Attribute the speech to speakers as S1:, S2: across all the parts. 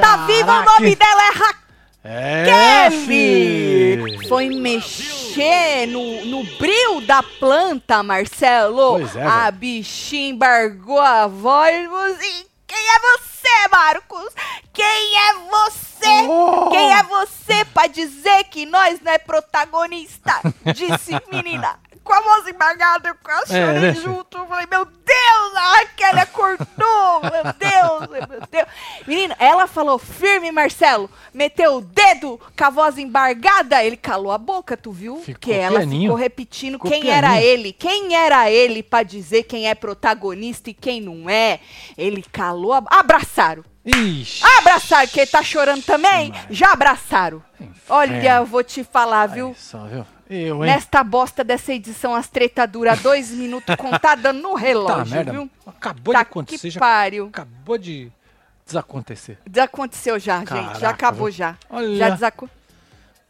S1: tá viva, o nome dela é Raquel.
S2: É,
S1: Kelly
S2: fi.
S1: foi mexer no, no bril da planta, Marcelo.
S2: Pois é,
S1: a
S2: velho.
S1: bichinha embargou a voz e falou assim, quem é você, Marcos? Quem é você?
S2: Oh!
S1: Quem é você pra dizer que nós não é protagonista? Disse menina. Com a voz embargada, eu quase
S2: É,
S1: chorei
S2: né, fi?
S1: junto. Eu falei, meu Deus, a Raquel acordou, meu Deus, meu Deus. Menina, ela falou firme, Marcelo, meteu o dedo com a voz embargada, ele calou a boca, tu viu?
S2: Ficou
S1: que ela
S2: pianinho.
S1: ficou repetindo
S2: Ficou
S1: quem
S2: pianinho.
S1: era ele, quem era ele pra dizer quem é protagonista e quem não é. Ele calou a... Abraçaram.
S2: Ixi.
S1: Abraçaram, quem tá chorando também, já abraçaram. Olha, eu vou te falar, viu?
S2: Aí, só, viu? Eu, hein?
S1: Nesta bosta dessa edição, as treta dura dois minutos contada no
S2: Tá,
S1: relógio,
S2: merda.
S1: viu?
S2: Acabou
S1: Tá
S2: de acontecer,
S1: que
S2: já
S1: pariu.
S2: acabou de desacontecer.
S1: Desaconteceu já, gente.
S2: Caraca,
S1: Já acabou
S2: viu?
S1: já.
S2: Olha.
S1: Já desaco...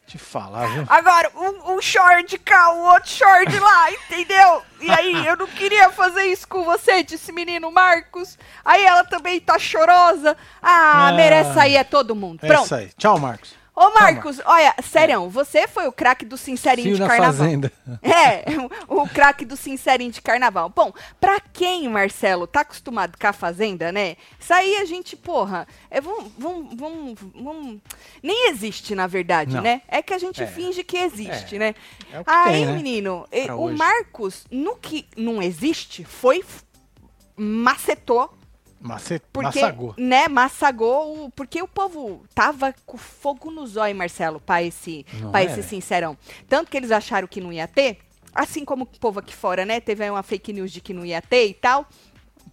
S2: Te falar, viu?
S1: Agora, um, um short cá, o outro short lá, entendeu? E aí, eu não queria fazer isso com você, disse menino Marcos. Aí ela também tá chorosa. Ah,
S2: Ah.
S1: merece aí é todo mundo.
S2: É
S1: Pronto.
S2: isso aí. Tchau, Marcos.
S1: Ô, Marcos, olha, sério, você foi o craque do Sincerinho
S2: Fio
S1: de
S2: na
S1: Carnaval.
S2: fazenda.
S1: É, o craque do Sincerinho de Carnaval. Bom, pra quem, Marcelo, tá acostumado com a Fazenda, né? Isso aí a gente, porra, é, vamos, vamos, vamos, vamos- Nem existe, na verdade,
S2: Não.
S1: né? É que a gente
S2: É.
S1: finge que existe,
S2: É.
S1: né?
S2: É o que
S1: aí,
S2: tem, né?
S1: menino, e-
S2: Pra
S1: o
S2: hoje.
S1: Marcos, no que não existe, foi... f- Macetou
S2: Macet...
S1: porque,
S2: Massagou.
S1: né, massagou, o- porque o povo tava com fogo no zóio, Marcelo, pra esse,
S2: Não
S1: pra
S2: é,
S1: esse
S2: velho?
S1: sincerão. Tanto que eles acharam que não ia ter, assim como o povo aqui fora, né, teve aí uma fake news de que não ia ter e tal.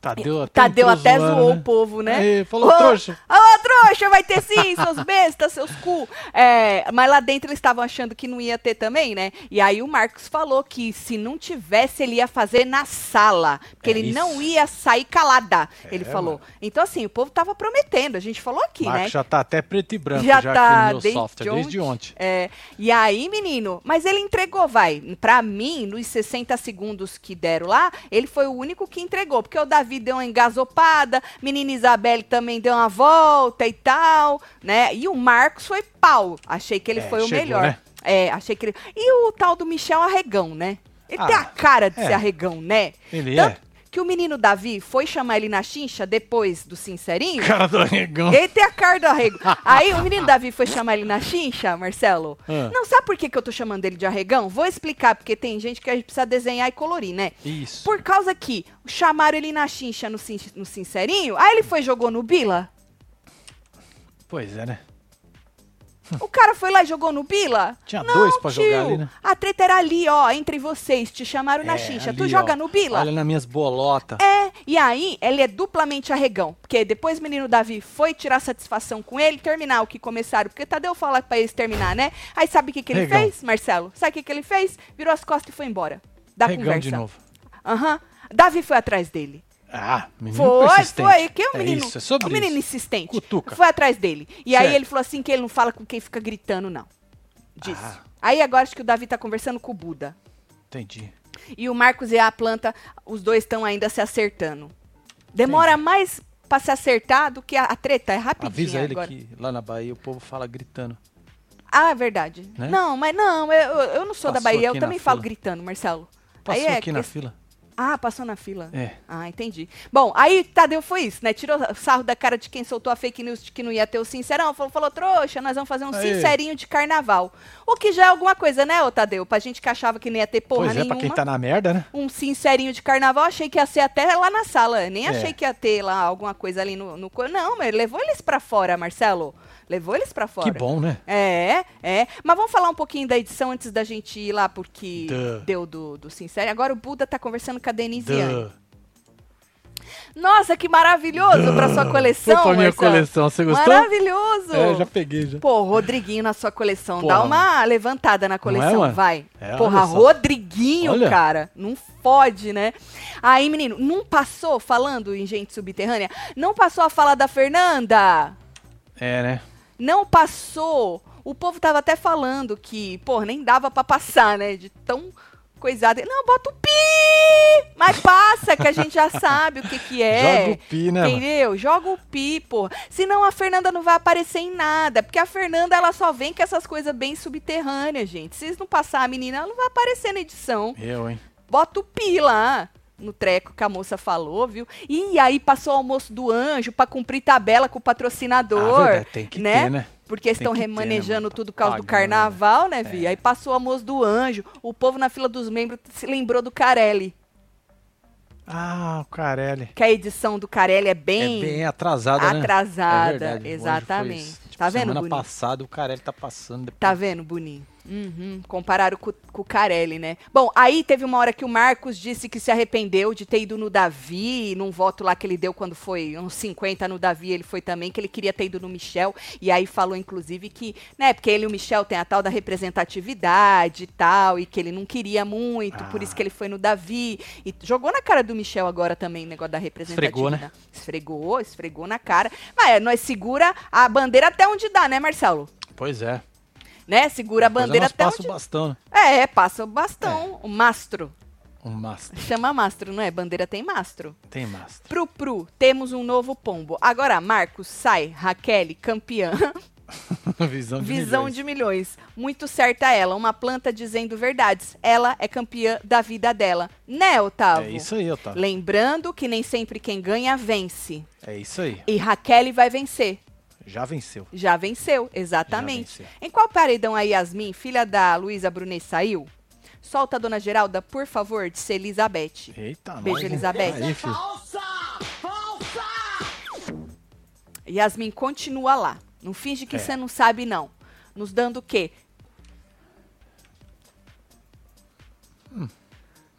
S2: Tadeu Tá até
S1: Tadeu
S2: entrou
S1: tá até
S2: zoando,
S1: zoou
S2: né?
S1: o povo, né?
S2: Aí, falou,
S1: Ô,
S2: trouxa.
S1: Alô, trouxa, vai ter sim, seus bestas, seus cu. É, mas lá dentro eles estavam achando que não ia ter também, né? E aí o Marcos falou que se não tivesse, ele ia fazer na sala. Porque
S2: É
S1: ele
S2: isso.
S1: não ia sair calada,
S2: É,
S1: ele falou. Então, assim, o povo tava prometendo, a gente falou aqui,
S2: Marcos
S1: né?
S2: já tá até preto e branco
S1: Já
S2: já,
S1: tá
S2: aqui no meu
S1: desde
S2: software, desde ontem.
S1: É, e aí, menino, mas ele entregou, vai. Pra mim, nos 60 segundos que deram lá, ele foi o único que entregou, porque o Davi deu uma engasopada, menina Isabelle também deu uma volta e tal, né? E o Marcos foi pau. Achei que ele
S2: É,
S1: foi o
S2: chegou,
S1: melhor.
S2: né?
S1: É, achei que ele. E o tal do Michel Arregão, né? Ele tem
S2: Ah,
S1: a cara de
S2: é.
S1: ser arregão, né?
S2: Ele
S1: Tanto
S2: é.
S1: que o menino Davi foi chamar ele na chincha depois do Sincerinho.
S2: Cara do arregão.
S1: Ele tem a cara do arrego. Aí o menino Davi foi chamar ele na chincha, Marcelo.
S2: Ah.
S1: Não, sabe por que, que eu tô chamando ele de arregão? Vou explicar, porque tem gente que a gente precisa desenhar e colorir, né?
S2: Isso.
S1: Por causa que chamaram ele na chincha no, sin- no sincerinho, aí ele foi e jogou no Bila.
S2: Pois é, né?
S1: O cara foi lá e jogou no Bila.
S2: Hum. Tinha
S1: Não,
S2: dois pra
S1: tio,
S2: jogar ali, né?
S1: A treta era ali, ó, entre vocês. Te chamaram na
S2: É,
S1: chincha. tu
S2: ali,
S1: joga
S2: ó.
S1: no Bila?
S2: Olha nas minhas bolotas.
S1: É, e aí ele é duplamente arregão. Porque depois o menino Davi foi tirar satisfação com ele, terminar o que começaram. Porque Tadeu fala pra eles terminar, né? Aí sabe o que, que ele
S2: Arregão.
S1: fez, Marcelo? Sabe o que, que ele fez? Virou as costas e foi embora. Da
S2: arregão
S1: conversa.
S2: de novo.
S1: Aham. Davi foi atrás dele.
S2: Ah, menino
S1: Foi,
S2: persistente.
S1: foi. Que é o menino.
S2: É isso, é sobre
S1: o menino
S2: isso.
S1: insistente.
S2: Cutuca.
S1: Foi atrás dele. E aí
S2: Certo.
S1: ele falou assim que ele não fala com quem fica gritando, não. Disse.
S2: Ah.
S1: Aí agora acho que o Davi tá conversando com o Buda.
S2: Entendi.
S1: E o Marcos e a planta, os dois estão ainda se acertando. Demora mais pra se acertar do que a, a treta, é rapidinho
S2: Avisa ele
S1: agora.
S2: que lá na Bahia o povo fala gritando.
S1: Ah, é verdade.
S2: Né?
S1: Não, mas não, eu, eu- eu não sou da
S2: Passou
S1: Bahia, eu
S2: aqui na
S1: também falo
S2: fila.
S1: gritando, Marcelo.
S2: Passou
S1: Aí é
S2: aqui na
S1: quest-
S2: fila.
S1: Ah, passou na fila.
S2: É.
S1: Ah, entendi. Bom, aí Tadeu foi isso, né? Tirou sarro da cara de quem soltou a fake news de que não ia ter o sincerão. Falou, falou trouxa, nós vamos fazer um
S2: Aí.
S1: sincerinho de carnaval. O que já é alguma coisa, né, ô Tadeu? Pra gente que achava que não ia ter porra
S2: pois é,
S1: nenhuma.
S2: pra quem tá na merda, né?
S1: um sincerinho de carnaval, achei que ia ser até lá na sala. Nem
S2: É.
S1: achei que ia ter lá alguma coisa ali no. no co- não, mas levou eles pra fora, Marcelo. Levou eles pra fora.
S2: Que bom, né?
S1: É, é. Mas vamos falar um pouquinho da edição antes da gente ir lá, porque
S2: Duh.
S1: deu do, do sincero. Agora o Buda tá conversando com a Denise Yang.
S2: Duh.
S1: Nossa, que maravilhoso pra sua coleção,
S2: Foi pra minha
S1: Marcelo.
S2: coleção, você gostou?
S1: Maravilhoso.
S2: É, já peguei já.
S1: Pô, Rodriguinho na sua coleção. Dá
S2: Porra,
S1: uma levantada na coleção,
S2: mano?
S1: vai.
S2: É,
S1: Porra,
S2: olha só.
S1: Rodriguinho,
S2: Olha.
S1: cara. Não fode, né? Aí, menino, não passou, falando em gente subterrânea, não passou a fala da Fernanda?
S2: É, né?
S1: Não passou. O povo tava até falando que, pô, nem dava pra passar, né? De tão coisada. Não, bota o pi! Mas passa, que a gente já sabe o que, que é.
S2: Joga o pi, né? mano?
S1: Entendeu? Joga o pi, porra. Senão a Fernanda não vai aparecer em nada. Porque a Fernanda, ela só vem com essas coisas bem subterrâneas, gente. Se não passar a menina, ela não vai aparecer na edição.
S2: Eu, hein? Ah,
S1: Bota o pi lá no treco que a moça falou, viu? E aí passou o almoço do anjo pra cumprir tabela com o
S2: Ah,
S1: patrocinador.
S2: verdade, tem que
S1: né?
S2: ter, né?
S1: Porque estão
S2: que ter, né, mano?
S1: remanejando
S2: Tá
S1: tudo por causa do
S2: pagando, É.
S1: carnaval, né, Vi? Aí passou o almoço do anjo. O povo na fila dos membros se lembrou do Carelli.
S2: Ah, o Carelli.
S1: Que a edição do Carelli é bem,
S2: é bem atrasada, né?
S1: atrasada,
S2: É verdade, hoje
S1: exatamente.
S2: foi isso. Tipo,
S1: tá vendo,
S2: Semana
S1: Boninho?
S2: passada o Carelli tá passando. Depois...
S1: Tá vendo, Boninho? Uhum, compararam com, com o Carelli, né? Bom, aí teve uma hora que o Marcos disse que se arrependeu de ter ido no Davi, num voto lá que ele deu quando foi uns 50 no Davi, ele foi também, que ele queria ter ido no Michel, e aí falou, inclusive, que, né, porque ele e o Michel tem a tal da representatividade e tal, e que ele não queria muito, por
S2: Ah.
S1: isso que ele foi no Davi, e jogou na cara do Michel agora também o negócio da representatividade.
S2: Esfregou, né?
S1: Esfregou, esfregou na cara. Mas é, nós segura a bandeira até onde dá, né, Marcelo?
S2: Pois é.
S1: né? Segura a
S2: Depois
S1: bandeira
S2: nós
S1: até
S2: passa
S1: onde...
S2: o bastão, né?
S1: É, passa o
S2: É.
S1: bastão, o mastro.
S2: Um mastro.
S1: Chama mastro, não é? Bandeira tem mastro.
S2: Tem mastro.
S1: Pru, pru, temos um novo pombo. Agora, Marcos, sai, Raquel, campeã.
S2: Visão de
S1: Visão
S2: milhões.
S1: de milhões. Muito certa ela, uma planta dizendo verdades. Ela é campeã da vida dela. Né, Otávio?
S2: É isso aí, Otávio.
S1: Lembrando que nem sempre quem ganha vence.
S2: É isso aí.
S1: E Raquel vai vencer.
S2: Já venceu.
S1: Já venceu, exatamente.
S2: Já venceu.
S1: Em qual paredão a Yasmin, filha da Luísa Brunet, saiu? Solta a dona Geralda, por favor, disse Elizabeth.
S2: Eita, é,
S1: Beijo,
S2: nós, hein?
S1: Elizabeth.
S2: Aí, filho.
S1: Yasmin continua lá. Não finge que
S2: É.
S1: você não sabe, não. Nos dando o quê?
S2: Hum,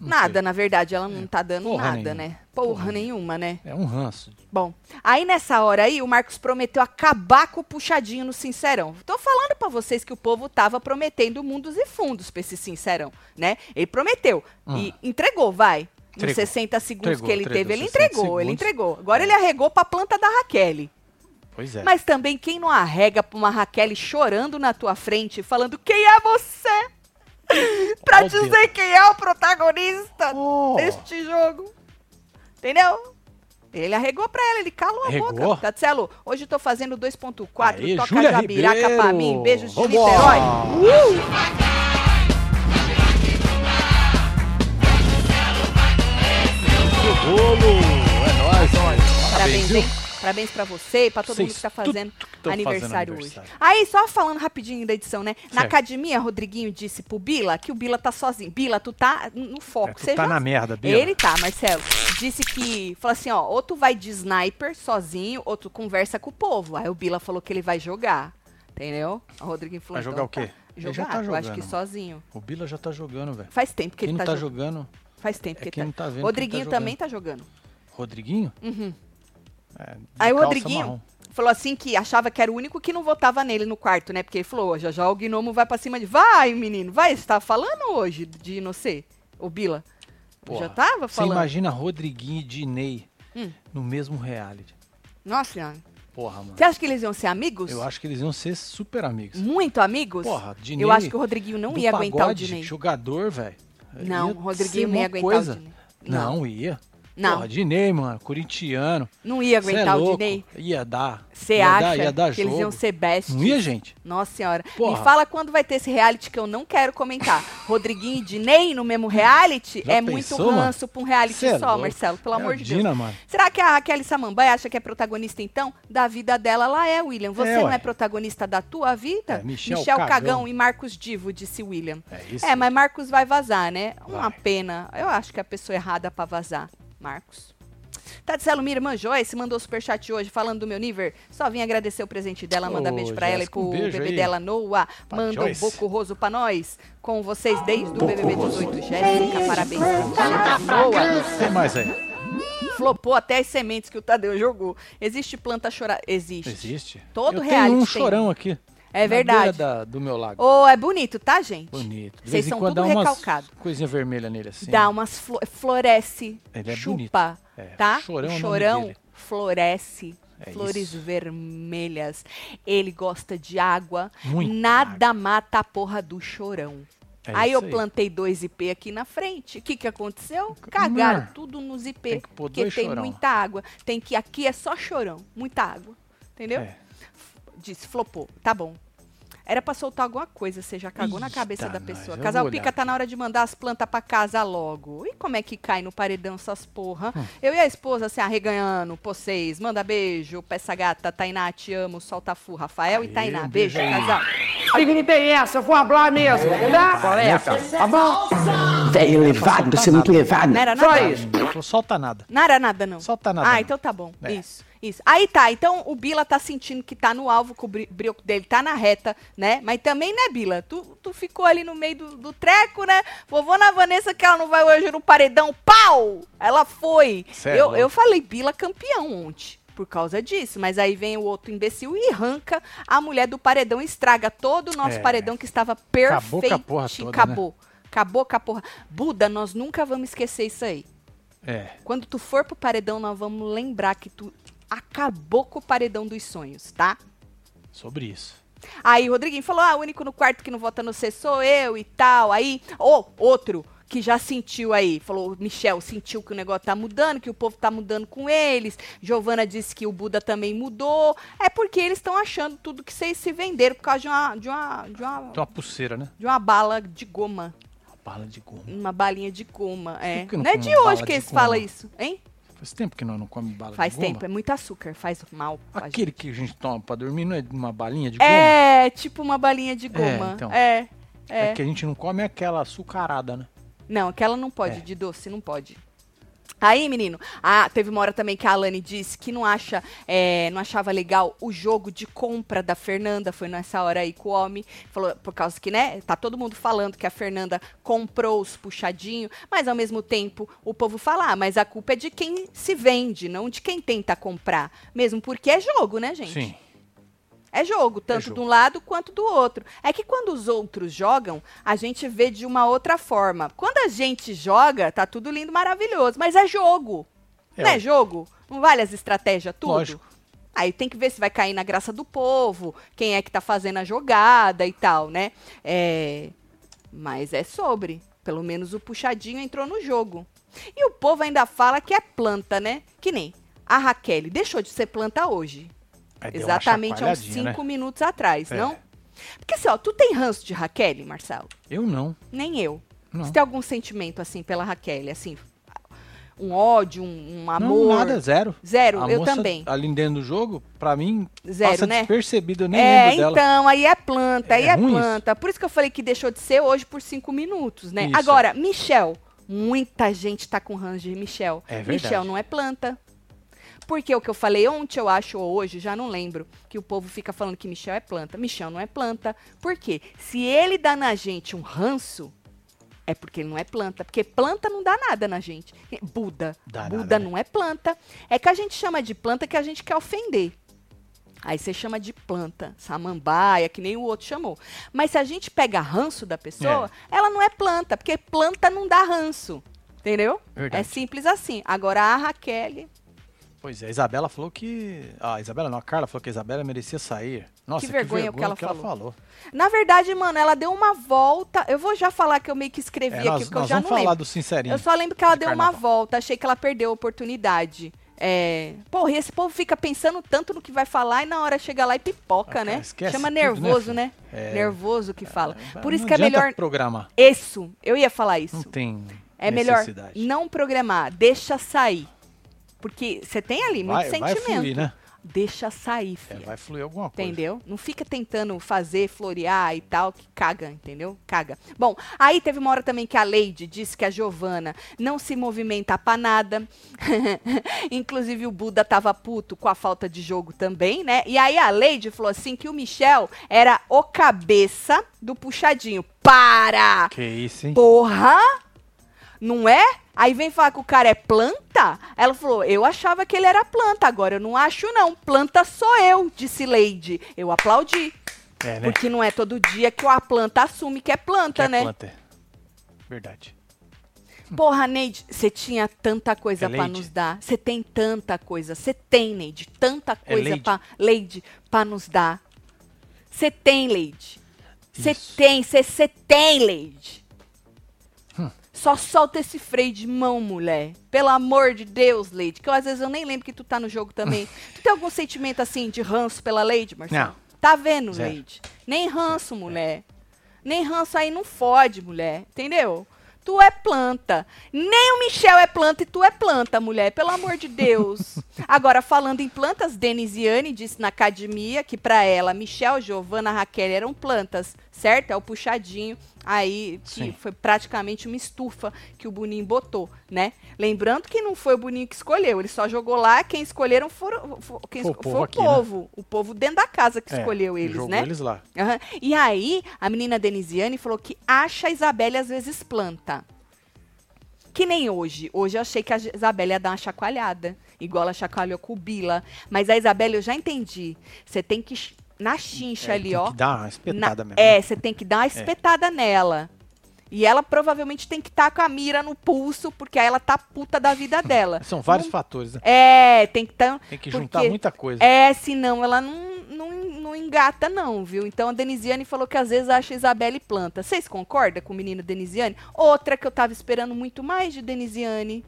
S1: nada, na verdade, ela não tá dando
S2: É. Porra
S1: nada,
S2: nenhuma.
S1: né? Porra nenhuma, né?
S2: É um ranço.
S1: Bom, aí nessa hora aí, o Marcos prometeu acabar com o puxadinho no Sincerão. Tô falando pra vocês que o povo tava prometendo mundos e fundos pra esse Sincerão, né? Ele prometeu e entregou, vai. Nos
S2: Ah. Entregou.
S1: 60 segundos
S2: Entregou,
S1: que ele
S2: entregou,
S1: teve, ele
S2: 60
S1: entregou, ele
S2: segundos.
S1: entregou. Agora ele arregou pra planta da Raquel.
S2: Pois é.
S1: Mas também quem não arrega pra uma Raquel chorando na tua frente, falando quem é você? pra
S2: Ó o
S1: dizer
S2: dedo.
S1: quem é o protagonista
S2: Oh,
S1: deste jogo. Entendeu? Ele arregou pra ela, ele calou a
S2: Arregou?
S1: boca. Tatielo, hoje eu tô fazendo 2.4,
S2: Aí,
S1: toca
S2: Júlia
S1: Jabiraca
S2: Ribeiro.
S1: pra mim. Beijos de
S2: Vambora.
S1: Niterói. Uh!
S2: que bolo! É nóis, olha. Parabéns,
S1: Parabéns,
S2: viu?
S1: hein? Parabéns pra você e pra todo
S2: Vocês
S1: mundo que tá
S2: tudo
S1: fazendo
S2: que tão fazendo
S1: aniversário hoje.
S2: aniversário.
S1: Aí, só falando rapidinho da edição, né? Na
S2: Certo.
S1: academia, Rodriguinho disse pro Bila que o Bila tá sozinho. Bila, tu tá no foco.
S2: É, tu
S1: Você
S2: tá
S1: já
S2: na merda, Bia.
S1: Ele tá, Marcelo. Disse que. Falou assim: ó, ou tu vai de sniper sozinho, ou tu conversa com o povo. Aí o Bila falou que ele vai jogar. Entendeu? O Rodriguinho falou
S2: Vai
S1: então,
S2: jogar o quê?
S1: tá.
S2: Ele
S1: Jogar,
S2: já tá
S1: eu acho
S2: jogando,
S1: que
S2: mano.
S1: sozinho.
S2: O Bila já tá jogando, velho.
S1: Faz tempo que
S2: Quem
S1: ele
S2: não
S1: tá,
S2: tá
S1: jogando.
S2: jogando
S1: Faz tempo que
S2: é
S1: ele tá.
S2: quem não tá vendo. quem
S1: Rodriguinho
S2: tá
S1: também tá jogando.
S2: jogando. Rodriguinho?
S1: Uhum.
S2: É, de
S1: Aí o
S2: calça
S1: Rodriguinho
S2: marrom.
S1: falou assim que achava que era o único que não votava nele no quarto, né? Porque ele falou: ó, já já o gnomo vai pra cima de. Vai, menino, vai. Você tá falando hoje de não sei, o Bila?
S2: Porra,
S1: já tava
S2: Você
S1: falando.
S2: imagina Rodriguinho e Dinei
S1: Hum.
S2: no mesmo reality.
S1: Nossa senhora.
S2: Porra, mano.
S1: Você acha que eles iam ser amigos?
S2: Eu acho que eles iam ser super amigos.
S1: Muito amigos?
S2: Porra, Dinei.
S1: Eu acho que o Rodriguinho não
S2: do
S1: ia aguentar o
S2: pagode,
S1: Dinei.
S2: Jogador, velho.
S1: Não,
S2: Ia
S1: o
S2: ser
S1: Rodriguinho não
S2: uma
S1: ia aguentar
S2: coisa.
S1: o Dinei.
S2: Não, ia.
S1: Não,
S2: Porra, Dinei, mano, corintiano.
S1: não ia
S2: Cê é
S1: aguentar o
S2: louco.
S1: Dinei.
S2: Ia dar.
S1: Você
S2: ia
S1: acha
S2: dar, ia dar
S1: que eles
S2: jogo.
S1: iam ser best?
S2: Não ia, gente?
S1: Nossa senhora.
S2: Porra.
S1: Me fala quando vai ter esse reality que eu não quero comentar. Rodriguinho e Dinei no mesmo reality?
S2: Já
S1: é
S2: pensou,
S1: muito
S2: mano?
S1: ranço pra um reality
S2: Cê é
S1: só,
S2: louco.
S1: Marcelo. Pelo amor de Deus.
S2: Imagina, mano.
S1: Será que a Raquel Samambaia acha que é protagonista, então, da vida dela? Ela é, William. Você
S2: É,
S1: não
S2: ué.
S1: é protagonista da tua vida?
S2: É, Michel
S1: Cagão.
S2: Cagão
S1: e Marcos Divo, disse William.
S2: É isso.
S1: É, mas Marcos vai vazar, né? Uma
S2: Vai.
S1: pena. Eu acho que é a pessoa errada pra vazar, Marcos. Tadicelo Mira, irmã Joyce, mandou superchat hoje falando do meu nível. Só vim agradecer o presente dela, mandar
S2: Ô,
S1: beijo pra ela e
S2: Jéssica,
S1: pro
S2: um beijo
S1: bebê
S2: aí.
S1: dela, Noah.
S2: Pra
S1: Mandou um
S2: Joyce.
S1: boco roso pra nós. Com vocês desde o BBB 18. Jéssica, parabéns pra você, Noah.
S2: Tem mais aí.
S1: Flopou até as sementes que o Tadeu jogou. Existe planta chorar? Existe.
S2: Existe?
S1: Todo
S2: Eu
S1: reality
S2: tenho
S1: tem.
S2: um chorão aqui.
S1: É
S2: na
S1: verdade.
S2: beira da- do meu lago.
S1: Ô, é bonito, tá, gente?
S2: Bonito. De
S1: Vocês
S2: vez em
S1: são
S2: quando
S1: tudo
S2: dá umas
S1: recalcado.
S2: coisinha vermelha nele assim.
S1: Dá umas flo floresce,
S2: Ele é
S1: chupa,
S2: bonito. É,
S1: tá? o
S2: Chorão é o nome
S1: chorão
S2: dele.
S1: floresce,
S2: É
S1: flores
S2: isso.
S1: vermelhas. Ele gosta de água.
S2: Muito
S1: Nada mata a porra do chorão.
S2: É
S1: aí eu
S2: isso
S1: plantei dois IP aqui na frente. O que, que aconteceu? Cagaram
S2: Hum.
S1: tudo nos IP.
S2: Tem que pôr
S1: porque
S2: dois
S1: tem
S2: chorão.
S1: muita água. Tem que. Aqui é só chorão. Muita água. Entendeu?
S2: É.
S1: Disse, flopou. Tá bom. Era pra soltar alguma coisa, você já cagou na
S2: Eita,
S1: cabeça da
S2: nós,
S1: pessoa.
S2: tá, eu vou
S1: Casal
S2: olhar
S1: Pica tá na hora de mandar as plantas pra casa logo. E como é que cai no paredão essas porra?
S2: Hum.
S1: Eu e a esposa se arreganhando, pô, vocês. Manda beijo, peça gata, Tainá, te amo, solta fu, Rafael e
S2: Aí,
S1: Tainá.
S2: um
S1: Beijo,
S2: beijo aí.
S1: casal.
S3: Que gripe é essa? Eu vou falar mesmo,
S4: É,
S3: tá? Colega, tá bom?
S4: Velho levado, você é muito levado.
S1: Não era
S3: Só
S1: nada.
S3: isso.
S2: Ah, Não tô- solta nada.
S1: Não era nada, não.
S2: Só tá nada,
S1: Ah,
S2: não.
S1: então tá bom.
S2: É.
S1: Isso, isso. Aí tá, então o Bila tá sentindo que tá no alvo, que o bri- brioco dele tá na reta, né? Mas também, né, Bila? Tu, tu ficou ali no meio do, do treco, né? Vovô na Vanessa, que ela não vai hoje no paredão, pau! Ela foi.
S2: Cê é
S1: Eu,
S2: louco.
S1: eu falei Bila campeão ontem. Por causa disso, mas aí vem o outro imbecil e arranca a mulher do paredão, estraga todo o nosso
S2: É.
S1: paredão que estava
S2: Acabou
S1: perfeito.
S2: com a porra toda, né?
S1: acabou. Acabou com a porra. Buda, nós nunca vamos esquecer isso aí.
S2: É.
S1: Quando tu for pro paredão, nós vamos lembrar que tu acabou com o paredão dos sonhos, tá?
S2: Sobre isso.
S1: Aí o Rodriguinho falou: ah, o único no quarto que não vota no C sou eu e tal. Aí, ô, outro que já sentiu aí, falou: Michel, sentiu que o negócio tá mudando, que o povo tá mudando com eles. Giovana disse que o Buda também mudou. É porque eles estão achando tudo que vocês se venderam por causa de uma, de uma, de uma,
S2: Tem uma pulseira, né?
S1: de uma bala de goma.
S2: Uma bala de goma.
S1: Uma balinha de goma, é.
S2: que não
S1: Não é
S2: come
S1: de
S2: uma
S1: hoje que
S2: bala de
S1: eles falam
S2: goma?
S1: isso, hein?
S2: Faz tempo que nós não comemos bala
S1: Faz
S2: de goma.
S1: tempo, é muito açúcar, faz mal. pra gente.
S2: Aquele que a gente toma pra dormir não é uma balinha de goma?
S1: É, tipo uma balinha de goma. É,
S2: então.
S1: é.
S2: É que a gente não come aquela açucarada, né?
S1: Não, aquela não pode,
S2: É.
S1: de doce não pode. Aí, menino, ah, teve uma hora também que a Alane disse que não acha, é, não achava legal o jogo de compra da Fernanda, foi nessa hora aí com o homem, falou, por causa que, né, tá todo mundo falando que a Fernanda comprou os puxadinhos, mas ao mesmo tempo o povo fala, ah, mas a culpa é de quem se vende, não de quem tenta comprar, mesmo porque é jogo, né, gente?
S2: Sim.
S1: É jogo, tanto
S2: jogo.
S1: de um lado quanto do outro. É que quando os outros jogam, a gente vê de uma outra forma. Quando a gente joga, tá tudo lindo, maravilhoso, mas é jogo.
S2: É,
S1: Não
S2: ó.
S1: é jogo? Não vale as estratégias, tudo?
S2: Lógico.
S1: Aí tem que ver se vai cair na graça do povo, quem é que tá fazendo a jogada e tal, né? É... Mas é sobre. Pelo menos o puxadinho entrou no jogo. E o povo ainda fala que é planta, né? Que nem a Raquel deixou de ser planta hoje.
S2: Aí É, deu uma
S1: Exatamente há uns
S2: chacoalhadinha, né?
S1: cinco minutos atrás,
S2: É.
S1: não? Porque assim, ó, tu tem ranço de Raquel, Marcelo?
S2: Eu não.
S1: Nem eu.
S2: Não.
S1: Você tem algum sentimento, assim, pela Raquel? Assim, um ódio, um, um amor?
S2: Não, nada, zero.
S1: Zero,
S2: A
S1: eu
S2: moça
S1: também.
S2: ali dentro do jogo, pra mim,
S1: Zero,
S2: passa
S1: né?
S2: despercebido, eu nem
S1: É,
S2: lembro dela.
S1: então, aí é planta, aí
S2: É
S1: é,
S2: ruim isso?
S1: planta. Por isso que eu falei que deixou de ser hoje por cinco minutos, né?
S2: Isso.
S1: Agora, Michel, muita gente tá com ranço de Michel.
S2: É verdade.
S1: Michel não é planta. Porque o que eu falei ontem, eu acho, ou hoje, já não lembro, que o povo fica falando que Michel é planta. Michel não é planta. Por quê? Se ele dá na gente um ranço, é porque ele não é planta. Porque planta não dá nada na gente. Buda.
S2: Dá
S1: Buda
S2: nada, né?
S1: não é planta. É que a gente chama de planta que a gente quer ofender. Aí você chama de planta, samambaia, que nem o outro chamou. Mas se a gente pega ranço da pessoa, ela não é planta, porque planta não dá ranço. Entendeu?
S2: Verdade.
S1: É simples assim. Agora a Raquel,
S2: Pois é, a Isabela falou que. Ah, a Isabela não, a Carla falou que a Isabela merecia sair. Nossa, que vergonha, o que ela, falou.
S1: na verdade, mano, ela deu uma volta. Eu vou já falar que eu meio que escrevi
S2: É,
S1: aqui,
S2: nós
S1: porque eu
S2: nós
S1: já
S2: vamos
S1: não
S2: falar
S1: lembro.
S2: do Sincerinho.
S1: Eu só lembro que ela
S2: de
S1: deu uma
S2: carnaval.
S1: volta, achei que ela perdeu a oportunidade. É... Porra, e esse povo fica pensando tanto no que vai falar e na hora chega lá e
S2: Ah,
S1: pipoca,
S2: cara,
S1: né?
S2: esquece
S1: Chama
S2: tudo, né,
S1: nervoso,
S2: filho?
S1: né?
S2: É. Ah,
S1: Nervoso que fala. Por
S2: Não
S1: isso que é
S2: adianta
S1: melhor.
S2: programar.
S1: Isso, eu ia falar
S2: Não
S1: isso.
S2: tem.
S1: É melhor
S2: necessidade.
S1: não programar, deixa sair. Porque você tem ali muito
S2: vai, vai
S1: sentimento.
S2: fluir, né?
S1: Deixa sair,
S2: É,
S1: filha.
S2: vai fluir alguma coisa.
S1: Entendeu? Não fica tentando fazer, florear e tal, que caga, entendeu? Caga. Bom, aí teve uma hora também que a Lady disse que a Giovana não se movimenta pra nada. Inclusive o Buda tava puto com a falta de jogo também, né? E aí a Lady falou assim que o Michel era o cabeça do puxadinho. Para!
S2: Que isso, hein?
S1: Porra! Não é? Aí vem falar que o cara é planta? Ela falou, eu achava que ele era planta, agora eu não acho não. Planta sou eu, disse Lady. Eu aplaudi,
S2: É, né?
S1: porque não é todo dia que a planta assume que é
S2: Que
S1: planta,
S2: é
S1: né?
S2: planta. Verdade.
S1: Porra, Neide, você tinha tanta coisa
S2: É
S1: pra
S2: Neide?
S1: nos dar. Você tem tanta coisa. Você tem, Neide,
S2: É
S1: tanta coisa
S2: Neide?
S1: pra Lady para nos dar. Você tem, Leide. Você tem, você tem, Leide.
S2: Hum.
S1: Só solta esse freio de mão, mulher. Pelo amor de Deus, Leide. Que eu, às vezes eu nem lembro que tu tá no jogo também. tu tem algum sentimento assim de ranço pela Leide, Marcelo?
S2: Não.
S1: Tá vendo,
S2: Zero.
S1: Leide? Nem ranço, mulher. Nem ranço aí não fode, mulher. Entendeu? Tu é planta. Nem o Michel é planta e tu é planta, mulher. Pelo amor de Deus. Agora, falando em plantas, Denisiane disse na academia que pra ela, Michel, Giovana, Raquel eram plantas, certo? É o puxadinho aí que
S2: Sim.
S1: foi praticamente uma estufa que o Boninho botou, né? Lembrando que não foi o Boninho que escolheu, ele só jogou lá, quem escolheram foram, fo- quem
S2: Foi o
S1: esco-
S2: povo
S1: foi o
S2: aqui, né?
S1: povo, o povo dentro da casa que
S2: É,
S1: escolheu eles,
S2: jogou
S1: né?
S2: eles lá.
S1: Aham. E aí, a menina Denisiane falou que acha a Isabelle às vezes planta. Que nem hoje. Hoje eu achei que a Isabelle ia dar uma chacoalhada. Igual ela chacoalhou com o Bila. Mas a Isabelle, eu já entendi. Você tem que. ch- Na chincha ali,
S2: É, Tem
S1: ó.
S2: que dar uma espetada
S1: Na-
S2: mesmo. né?
S1: É, você tem que dar uma espetada nela. E ela provavelmente tem que estar com a mira no pulso, porque aí ela tá puta da vida dela.
S2: São vários
S1: Não-
S2: fatores, né?
S1: É, tem que estar.
S2: Tem que juntar
S1: porque-
S2: muita coisa.
S1: É, senão ela não, não, não engata, não, viu? Então a Denisiane falou que às vezes acha Isabelle planta. Vocês concordam com o menino Denisiane? Outra que eu tava esperando muito mais de Denisiane.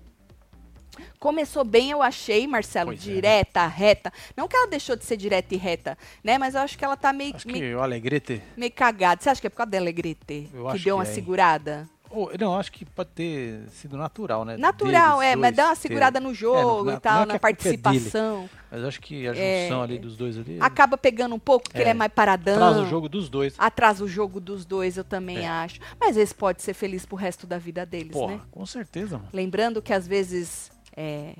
S1: Começou bem, eu achei, Marcelo,
S2: Pois é, né?
S1: direta, reta. Não que ela deixou de ser direta e reta, né? Mas eu acho que ela tá meio,
S2: Acho
S1: meio,
S2: que o Alegrete.
S1: meio cagada. Você acha que é por causa da Alegrete?
S2: Eu
S1: que deu
S2: acho que
S1: uma
S2: é, hein?
S1: segurada?
S2: Ou- não, acho que pode ter sido natural, né?
S1: Natural,
S2: Deles
S1: é, mas
S2: dois
S1: dá uma
S2: ter-
S1: segurada no jogo
S2: não-
S1: e tal,
S2: não é que
S1: na
S2: a culpa é dele.
S1: participação.
S2: Mas acho que a
S1: É.
S2: junção ali dos dois ali
S1: Acaba pegando um pouco, porque
S2: É.
S1: ele é mais paradão.
S2: traz o jogo dos dois.
S1: Atrasa o jogo dos dois, eu também acho. Mas eles podem ser felizes pro resto da vida deles,
S2: É. Porra,
S1: né?
S2: com certeza, mano.
S1: Lembrando que às vezes é,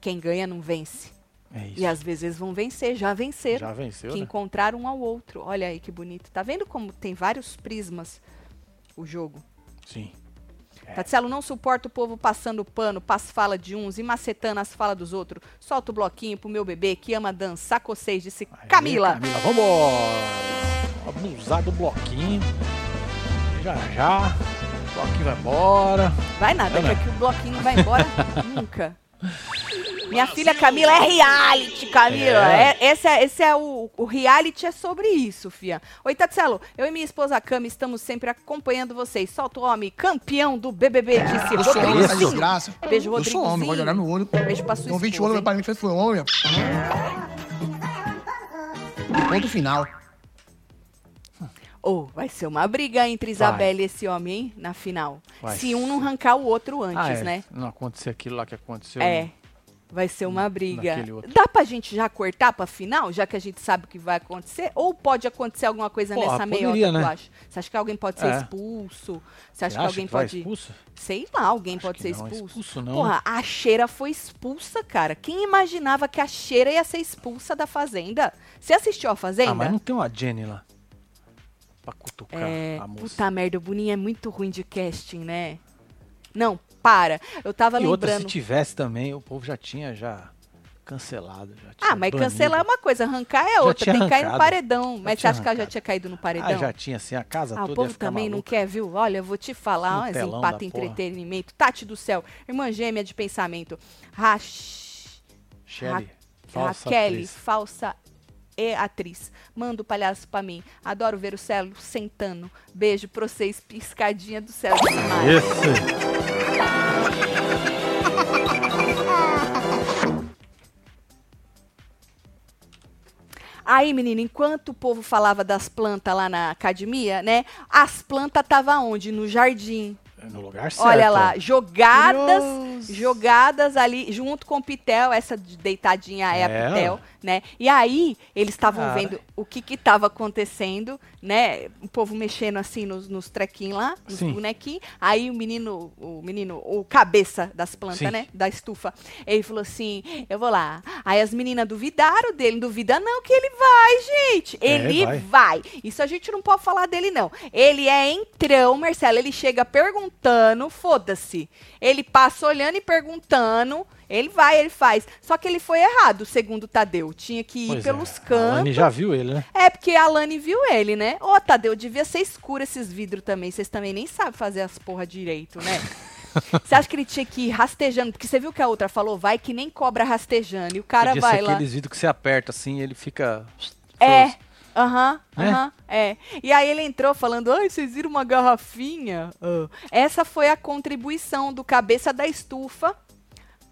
S1: quem ganha não vence.
S2: É isso.
S1: E às vezes eles vão vencer, já venceram.
S2: Já venceu,
S1: que
S2: né?
S1: encontraram um ao outro. Olha aí que bonito. Tá vendo como tem vários prismas o jogo?
S2: Sim. É.
S1: Tatielo, não suporta o povo passando pano, passa fala de uns e macetando as falas dos outros. Solta o bloquinho pro meu bebê que ama dançar com vocês, disse
S2: Aê,
S1: Camila.
S2: Camila, vambora! Abusar do bloquinho. Já já. O bloquinho vai embora.
S1: Vai nada,
S2: Vai
S1: é que aqui o bloquinho não vai embora nunca. Minha filha Camila é reality, Camila.
S2: É.
S1: É- esse é, esse é o, o reality é sobre isso, fia. Oi, Tatselo, eu e minha esposa Cami estamos sempre acompanhando vocês. Solta o homem, campeão do BBB, disse
S5: É, Eu sou homem, essa
S1: Rodriguinho.
S5: desgraça.
S1: Beijo,
S5: Eu sou homem,
S1: Rodriguinho.
S5: pode olhar no olho.
S1: Beijo pra sua
S5: Então, 20
S1: esposa,
S5: anos
S1: hein?
S5: pra mim, eu fui homem. Ponto final.
S1: Ô, vai ser uma briga entre Isabelle e esse homem, hein? Na final.
S2: Vai
S1: Se um não
S2: ser.
S1: arrancar o outro antes,
S2: Ah, é,
S1: né?
S2: Não aconteceu aquilo lá que aconteceu. né?
S1: É. Vai ser uma briga.
S2: um naquele outro.
S1: Dá pra gente já cortar pra final, já que a gente sabe o que vai acontecer? Ou pode acontecer alguma coisa
S2: Porra,
S1: nessa meia
S2: poderia,
S1: hora,
S2: né?
S1: tu acha? Você acha que alguém pode ser
S2: É.
S1: expulso? Você
S2: Você
S1: acha que alguém
S2: vai
S1: pode.
S2: expulso?
S1: Sei lá, alguém
S2: Acho
S1: pode
S2: que
S1: ser
S2: não, é
S1: expulso.
S2: expulso não.
S1: Porra, a Cheira foi expulsa, cara. Quem imaginava que a Cheira ia ser expulsa da Fazenda? Você assistiu a Fazenda?
S2: Ah, mas não tem uma Jenny lá. Pra cutucar
S1: É,
S2: a moça.
S1: puta merda, o Boninho é muito ruim de casting, né? Não, para. Eu tava
S2: e outra, se
S1: lembrando.
S2: tivesse também, o povo já tinha já cancelado. Já tinha
S1: Ah, mas
S2: banido.
S1: cancelar é uma coisa, arrancar é outra.
S2: tinha
S1: Tem que cair no
S2: arrancado.
S1: paredão. Mas você
S2: tinha
S1: acha que ela já
S2: arrancado.
S1: tinha caído no paredão?
S2: Ah, já tinha, assim, a casa
S1: então. Ah, o
S2: toda ia
S1: povo
S2: ficar
S1: também não
S2: maluca.
S1: quer, viu? Olha, eu vou te falar,
S2: No
S1: ó,
S2: telão
S1: empata
S2: da
S1: em
S2: porra.
S1: entretenimento. Tati do céu, irmã gêmea de pensamento. Rach...
S2: Shelly, falsa
S1: Raquel,
S2: atriz.
S1: falsa e atriz. Manda o palhaço pra mim. Adoro ver o Celo sentando. Beijo pra vocês, piscadinha do céu. de Maio.
S2: Esse.
S1: Aí, menino, enquanto o povo falava das plantas lá na academia, né? As plantas tava onde? No jardim.
S2: No lugar certo.
S1: Olha lá, jogadas,
S2: Curioso.
S1: jogadas ali junto com o Pitel, essa de deitadinha é, a
S2: É,
S1: Pitel,
S2: ó.
S1: né? E aí eles estavam
S2: Cara.
S1: vendo o que que tava acontecendo, né? O povo mexendo assim nos, nos trequinhos lá, nos
S2: Sim.
S1: bonequinhos. Aí o menino, o menino, o cabeça das plantas,
S2: Sim.
S1: né? Da estufa. Ele falou assim: "Eu vou lá". Aí as meninas duvidaram dele, duvida não que ele vai, gente.
S2: É,
S1: Ele
S2: vai.
S1: vai. Isso a gente não pode falar dele, não. Ele é entrão, Marcelo. Ele chega perguntando, foda-se. Ele passa olhando e perguntando. Ele vai, ele faz. Só que ele foi errado, segundo o Tadeu. Tinha que ir
S2: Pois é,
S1: pelos
S2: A Lani
S1: cantos.
S2: já viu ele, né?
S1: É, porque a Lani viu ele, né? Ô, Tadeu, devia ser escuro esses vidros também. Vocês também nem sabem fazer as porra direito, né? Você acha que ele tinha que ir rastejando? Porque você viu que a outra falou, vai que nem cobra rastejando. E o cara
S2: Podia ser
S1: vai lá.
S2: aqueles vidros que você aperta assim ele fica.
S1: É.
S2: Seus-
S1: Aham,
S2: Né?
S1: aham, é. E aí ele entrou falando, ai, vocês viram uma garrafinha? Ah. Essa foi a contribuição do Cabeça da Estufa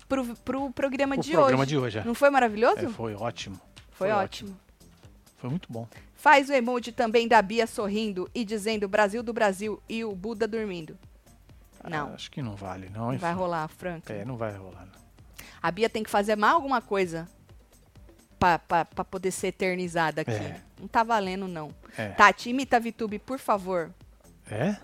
S1: pro, pro programa
S2: O
S1: de
S2: programa
S1: hoje.
S2: de hoje, é.
S1: Não foi maravilhoso?
S2: É, foi ótimo.
S1: Foi,
S2: foi
S1: ótimo.
S2: Foi muito bom.
S1: Faz o emoji também da Bia sorrindo e dizendo Brasil do Brasil e o Buda dormindo. Não,
S2: Ah, acho que não vale, não.
S1: não
S2: enfim.
S1: vai rolar, Franca.
S2: É, não vai rolar. não.
S1: A Bia tem que fazer mais alguma coisa pra, pra, pra poder ser eternizada aqui.
S2: É.
S1: Não tá valendo, não.
S2: É.
S1: Tati, imita a Vitube, por favor.
S2: É?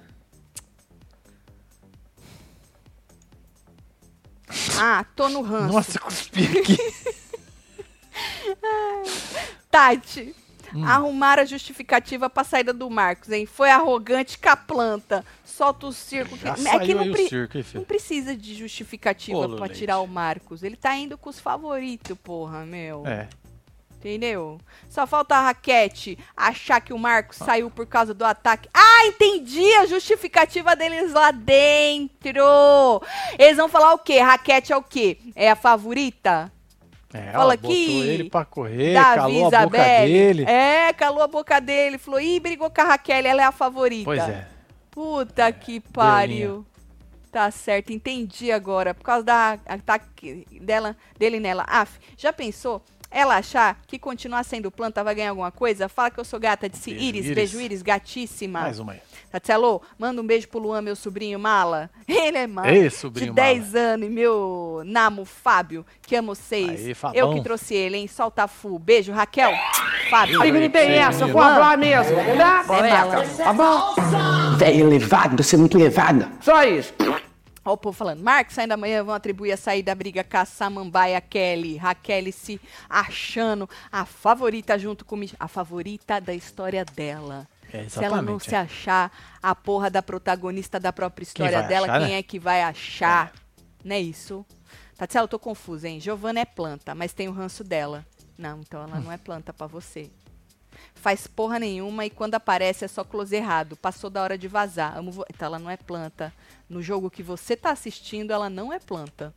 S1: Ah, tô no ranço.
S2: Nossa, cuspi aqui.
S1: Tati,
S2: Hum.
S1: arrumar a justificativa pra saída do Marcos, hein? Foi arrogante com a planta. Solta o circo.
S2: Já
S1: que-
S2: saiu
S1: É que não,
S2: aí
S1: pre-
S2: o circo, hein,
S1: não
S2: filho?
S1: precisa de justificativa
S2: Ô,
S1: pra
S2: Lulete.
S1: tirar o Marcos. Ele tá indo com os favoritos, porra, meu.
S2: É.
S1: Entendeu? Só falta a Raquete achar que o Marcos saiu por causa do ataque. Ah, entendi a justificativa deles lá dentro. Eles vão falar o quê? Raquete é o quê? É a favorita?
S2: É,
S1: Fala
S2: ela botou
S1: aqui,
S2: ele pra correr,
S1: Davi
S2: calou a boca
S1: Isabelle.
S2: dele.
S1: É, calou a boca dele. Falou, ih, brigou com a Raquel, ela é a favorita.
S2: Pois é.
S1: Puta que pariu. Tá certo, entendi agora. Por causa da ataque dela, dele nela. Af, já pensou? Ela achar que continuar sendo planta vai ganhar alguma coisa? Fala que eu sou gata de si.
S2: Beijo,
S1: Iris,
S2: Iris.
S1: beijo, Iris, gatíssima.
S2: Mais um uma aí.
S1: Tatielo, manda um beijo pro Luan, meu sobrinho mala. Ele é mala.
S2: Ei, sobrinho
S1: de 10 anos, e meu namo Fábio, que amo vocês.
S2: Aí, Fabão.
S1: eu que trouxe ele, hein? Solta fu. Beijo, Raquel. Fábio.
S3: Que grita é essa? Eu vou hablar mesmo, tá? Qual é,
S1: ela.
S3: cara? Tá bom?
S4: Velho levado, você é muito levado.
S3: Só isso.
S1: Ó, o povo falando, Marcos, ainda amanhã vão atribuir a saída da briga com a Samambaia Kelly. Raquel se achando a favorita junto com Mich- a favorita da história dela.
S2: É,
S1: se ela não
S2: exatamente,
S1: se
S2: é.
S1: achar a porra da protagonista da própria história
S2: vai
S1: dela,
S2: achar,
S1: quem
S2: né?
S1: é que vai achar? Não é isso? Tatiana, eu tô confusa, hein? Giovana é planta, mas tem o ranço dela. Não, então ela não é planta pra você. Faz porra nenhuma e quando aparece é só close errado. Passou da hora de vazar. Amo vo- Então ela não é planta. No jogo que você tá assistindo, ela não é planta.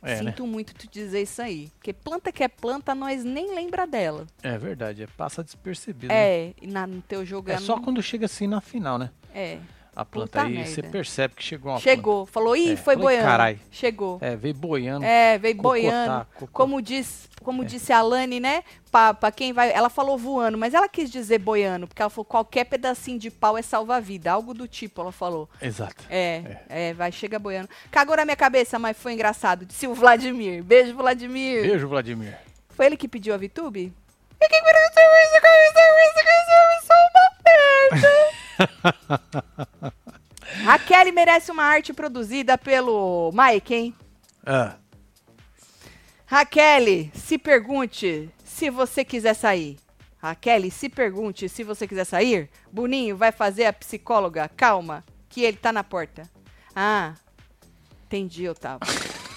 S2: É, né?
S1: Sinto muito te dizer isso aí. Porque planta que é planta, nós nem lembra dela.
S2: É verdade, é passa despercebido. né?
S1: É, e na, no teu jogo
S2: É
S1: ela
S2: só
S1: não-
S2: quando chega assim na final, né?
S1: É.
S2: A
S1: Puta
S2: planta aí,
S1: merda.
S2: você percebe que chegou uma
S1: Chegou. Falou, ih,
S2: É,
S1: foi
S2: falei,
S1: boiando.
S2: "Carai".
S1: Chegou.
S2: planta. É, veio boiando.
S1: É, veio
S2: Cocotá,
S1: boiando.
S2: cocô.
S1: Como, diz, como disse a Lani, né? Pra, pra quem vai. Ela falou voando, mas ela quis dizer boiando, porque ela falou qualquer pedacinho de pau é salva-vida. Algo do tipo, ela falou.
S2: Exato.
S1: É, é, vai, chega boiando. Cagou na minha cabeça, mas foi engraçado. Disse o Vladimir. Beijo, Vladimir.
S2: Beijo, Vladimir.
S1: Foi ele que pediu a VTube? E quem virou a VTube? Isso, isso, isso, isso, isso, uma merda. A Kelly merece uma arte produzida pelo Mike, hein?
S2: Ah,
S1: Raquel, se pergunte se você quiser sair. Raquel, se pergunte se você quiser sair. Boninho vai fazer a psicóloga. Calma, que ele tá na porta. Ah, entendi, Otávio.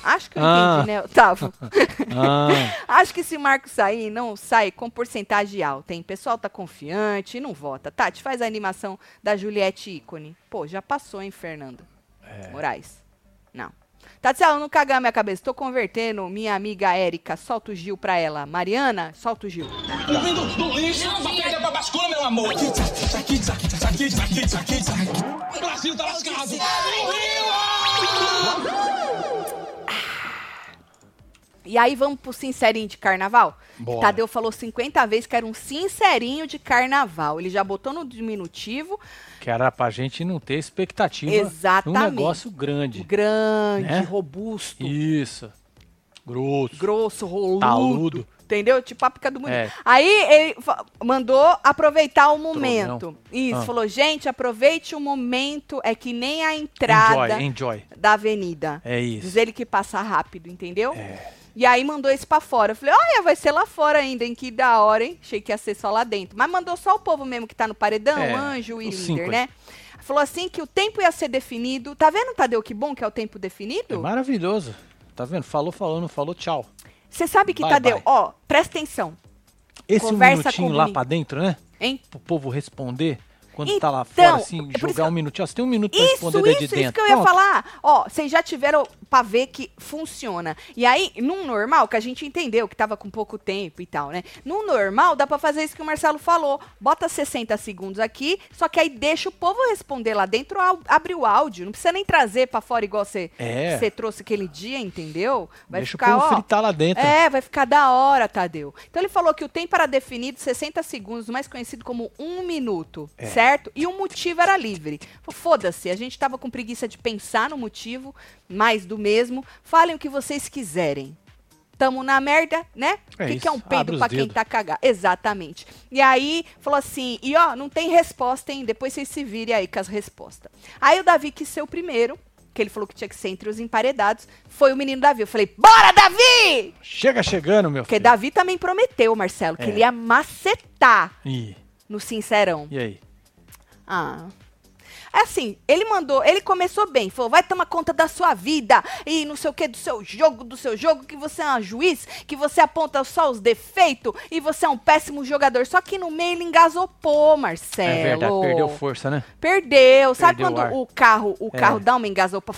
S1: Acho que eu
S2: Ah.
S1: entendi, né, Otávio?
S2: ah,
S1: Acho que se Marco sair, não sai com porcentagem alta, hein? Pessoal tá confiante e não vota. Tati, faz a animação da Juliette ícone. Pô, já passou, hein, Fernando?
S2: É.
S1: Moraes. Não. Tati, ela não cagar minha cabeça. Tô convertendo minha amiga Érica. Solta o Gil pra ela. Mariana, solta o Gil. E aí vamos pro sincerinho de carnaval?
S2: Bora.
S1: Tadeu falou 50 vezes que era um sincerinho de carnaval. Ele já botou no diminutivo.
S2: que era pra gente não ter expectativa num
S1: Exatamente.
S2: negócio grande.
S1: Grande,
S2: Né?
S1: robusto.
S2: Isso. Grosso.
S1: grosso, roludo.
S2: Taludo.
S1: Entendeu? Tipo a pica do mundo.
S2: É.
S1: Aí ele fa- mandou aproveitar o momento. Isso,
S2: Ah.
S1: falou, gente, aproveite o momento. É que nem a entrada
S2: Enjoy, enjoy.
S1: da avenida.
S2: É isso. É.
S1: Diz ele que passa rápido, entendeu? E aí mandou esse pra fora. Eu falei, olha, vai ser lá fora ainda, hein? Que da hora, hein? Achei que ia ser só lá dentro. Mas mandou só o povo mesmo que tá no paredão,
S2: É,
S1: anjo e
S2: os
S1: líder,
S2: cinco
S1: né? Falou assim que o tempo ia ser definido. Tá vendo, Tadeu, que bom que é o tempo
S2: É
S1: definido?
S2: maravilhoso. Tá vendo? Falou, falou, não falou, tchau.
S1: Você sabe que,
S2: Bye,
S1: Tadeu,
S2: bye.
S1: ó, presta atenção,
S2: Esse um
S1: Conversa
S2: minutinho
S1: com
S2: lá
S1: mim.
S2: pra dentro, né?
S1: hein?
S2: Pro povo responder. Quando tá lá
S1: Então,
S2: fora,
S1: é
S2: assim,
S1: por isso
S2: jogar
S1: que-
S2: um minutinho. Ó, Você tem um minuto pra
S1: Isso,
S2: responder daí de
S1: isso,
S2: dentro.
S1: isso que eu ia
S2: Pronto.
S1: falar. Ó, vocês já tiveram pra ver que funciona. E aí, num normal, que a gente entendeu que tava com pouco tempo e tal, né? Num normal, dá pra fazer isso que o Marcelo falou. Bota 60 segundos aqui, só que aí deixa o povo responder lá dentro, au- abre o áudio. Não precisa nem trazer pra fora igual você
S2: É.
S1: você trouxe aquele dia, entendeu? Vai
S2: Deixa
S1: ficar,
S2: o povo
S1: ó,
S2: fritar lá dentro.
S1: é, vai ficar da hora, Tadeu. Então ele falou que o tempo era definido 60 segundos, mais conhecido como um minuto,
S2: É.
S1: certo? E o motivo era livre. Falou, Foda-se, a gente tava com preguiça de pensar no motivo, mais do mesmo. Falem o que vocês quiserem. Tamo na merda, né?
S2: É
S1: o que, que
S2: isso,
S1: é um
S2: abre
S1: peido
S2: os
S1: pra quem
S2: dedos.
S1: tá cagado? Exatamente. E aí, falou assim, e ó, não tem resposta, hein? Depois vocês se virem aí com as respostas. Aí o Davi quis ser o primeiro, que ele falou que tinha que ser entre os emparedados, foi o menino Davi. Eu falei, bora, Davi!
S2: Chega chegando, meu
S1: Porque
S2: filho.
S1: Davi também prometeu, Marcelo, que
S2: É.
S1: ele ia macetar
S2: Ih,
S1: no Sincerão.
S2: e aí?
S1: Ah. É assim, ele mandou, ele começou bem, falou, vai tomar conta da sua vida e não sei o que, do seu jogo, do seu jogo, que você é um juiz, que você aponta só os defeitos e você é um péssimo jogador. Só que no meio ele engasopou, Marcelo.
S2: É verdade, perdeu força, né?
S1: Perdeu. Sabe
S2: Perdeu
S1: quando
S2: ar.
S1: o carro, o
S2: É.
S1: carro dá uma engasopa?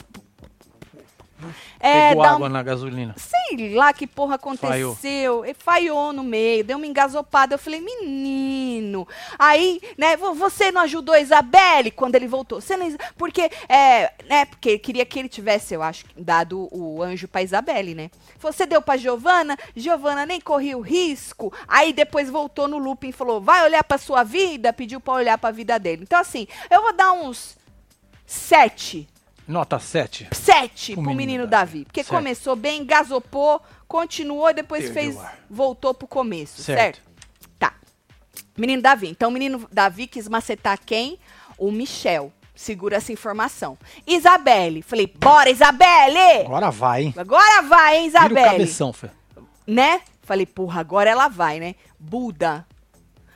S1: É,
S2: Pegou
S1: dá
S2: água na gasolina.
S1: sei lá que porra
S2: Falhou.
S1: aconteceu. Ele falhou no meio, deu uma engasopada. Eu falei, menino. Aí, né, vo- você não ajudou a Isabelle quando ele voltou. Você não, porque, é, né, porque queria que ele tivesse, eu acho, dado o anjo pra Isabelle, né? Você deu pra Giovana, Giovana nem corria o risco. Aí depois voltou no looping e falou, vai olhar pra sua vida, pediu pra olhar pra vida dele. Então, assim, eu vou dar uns sete
S2: Nota 7.
S1: 7
S2: O
S1: pro menino,
S2: menino
S1: Davi.
S2: Davi.
S1: Porque
S2: Certo.
S1: começou bem, gasopou, continuou e depois
S2: Perdeu
S1: fez.
S2: o ar.
S1: Voltou pro começo, certo.
S2: Certo.
S1: Tá. Menino Davi. Então, o menino Davi quis macetar quem? O Michel. Segura essa informação. Isabelle. Falei, bora, Isabelle!
S2: Agora vai, hein?
S1: Agora vai, hein,
S2: Vira o
S1: Isabelle?
S2: cabeção, filho.
S1: né? Falei, porra, agora ela vai, né? Buda.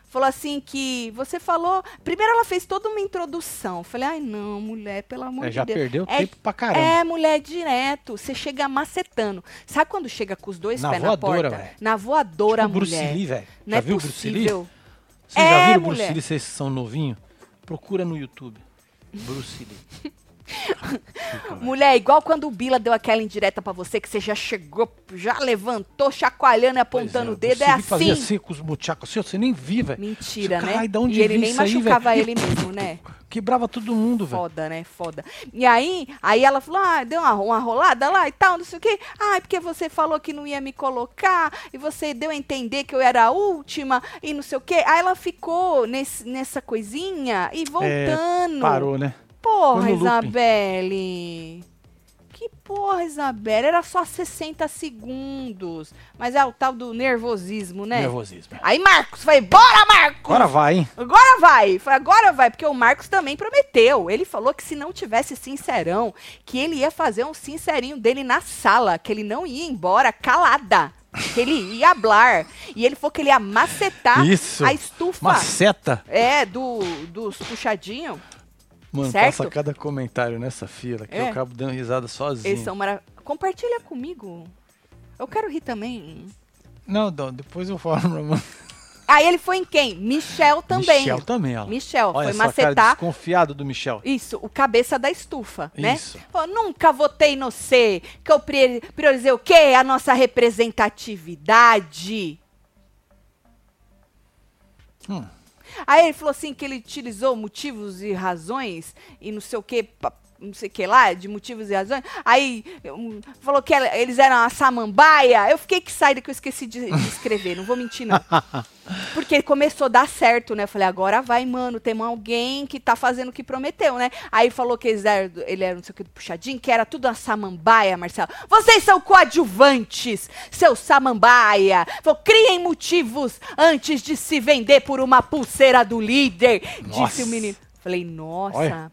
S1: Falou assim que você falou. Primeiro ela fez toda uma introdução. Falei, ai não, mulher, pelo amor
S2: É,
S1: de
S2: já
S1: Deus.
S2: perdeu
S1: É
S2: tempo pra caramba.
S1: É, mulher, direto. Você chega macetando. Sabe quando chega com os dois
S2: Na
S1: pés na
S2: voadora,
S1: porta?
S2: velho.
S1: Na voadora,
S2: Tipo o Bruce
S1: mulher.
S2: Lee, velho.
S1: Não
S2: Já
S1: é
S2: viu o Bruce Lee?
S1: possível.
S2: Vocês já
S1: É,
S2: viram o Bruce
S1: mulher.
S2: Lee, vocês que são novinhos? Procura no YouTube. Bruce Lee.
S1: Mulher, igual quando o Bila deu aquela indireta pra você, que você já chegou, já levantou, chacoalhando e apontando o dedo. É
S2: Bruce Lee fazia
S1: assim.
S2: assim com os buchacos assim, ó, você nem via, velho.
S1: Mentira,
S2: Você,
S1: né?
S2: Caralho, de onde
S1: e ele
S2: veio
S1: nem
S2: isso aí,
S1: machucava
S2: velho?"
S1: ele mesmo, né?
S2: Quebrava todo mundo, velho.
S1: Foda, né? Foda. E aí, aí ela falou, ah, deu uma, uma rolada lá e tal, não sei o quê. Ah, é porque você falou que não ia me colocar, e você deu a entender que eu era a última, e não sei o quê. Aí ela ficou nesse, nessa coisinha e voltando.
S2: É, Parou, né?
S1: Porra,
S2: Foi no looping.
S1: Isabelle. Que porra, Isabelle. Era só 60 segundos. Mas é o tal do nervosismo, né?
S2: Nervosismo.
S1: Aí Marcos, falei, bora, Marcos!
S2: Agora vai, hein?
S1: Agora vai, foi agora vai, porque o Marcos também prometeu. Ele falou que se não tivesse sincerão, que ele ia fazer um sincerinho dele na sala, que ele não ia embora calada, que ele ia hablar. E ele falou que ele ia macetar
S2: Isso.
S1: a estufa.
S2: Uma seta.
S1: É, do, dos puxadinhos.
S2: Mano,
S1: Certo?
S2: passa cada comentário nessa fila que
S1: É.
S2: eu acabo dando risada sozinho.
S1: Eles são maravilhosos. Compartilha comigo. Eu quero rir também.
S2: Não, Dom, depois eu falo pra mano.
S1: Aí ele foi em quem? Michel também.
S2: Michel também, ó.
S1: Michel, foi
S2: Olha essa
S1: macetar
S2: cara desconfiado do Michel.
S1: Isso, o cabeça da estufa, né?
S2: Isso.
S1: Falou, nunca votei no C, que eu priori- priorizei o quê? A nossa representatividade.
S2: Hum.
S1: Aí ele falou assim que ele utilizou motivos e razões e não sei o que, não sei o que lá, de motivos e razões. Aí um, falou que ela- eles eram a samambaia. Eu fiquei que saída que eu esqueci de, de escrever, não vou mentir não. Porque começou a dar certo, né? Eu falei, agora vai, mano, tem alguém que tá fazendo o que prometeu, né? Aí falou que eles eram, do- ele era não sei o que do puxadinho, que era tudo uma samambaia, Marcelo. Vocês são coadjuvantes, seu samambaia. Falou, criem motivos antes de se vender por uma pulseira do líder, disse
S2: Nossa.
S1: o menino. Falei, nossa.
S2: Olha.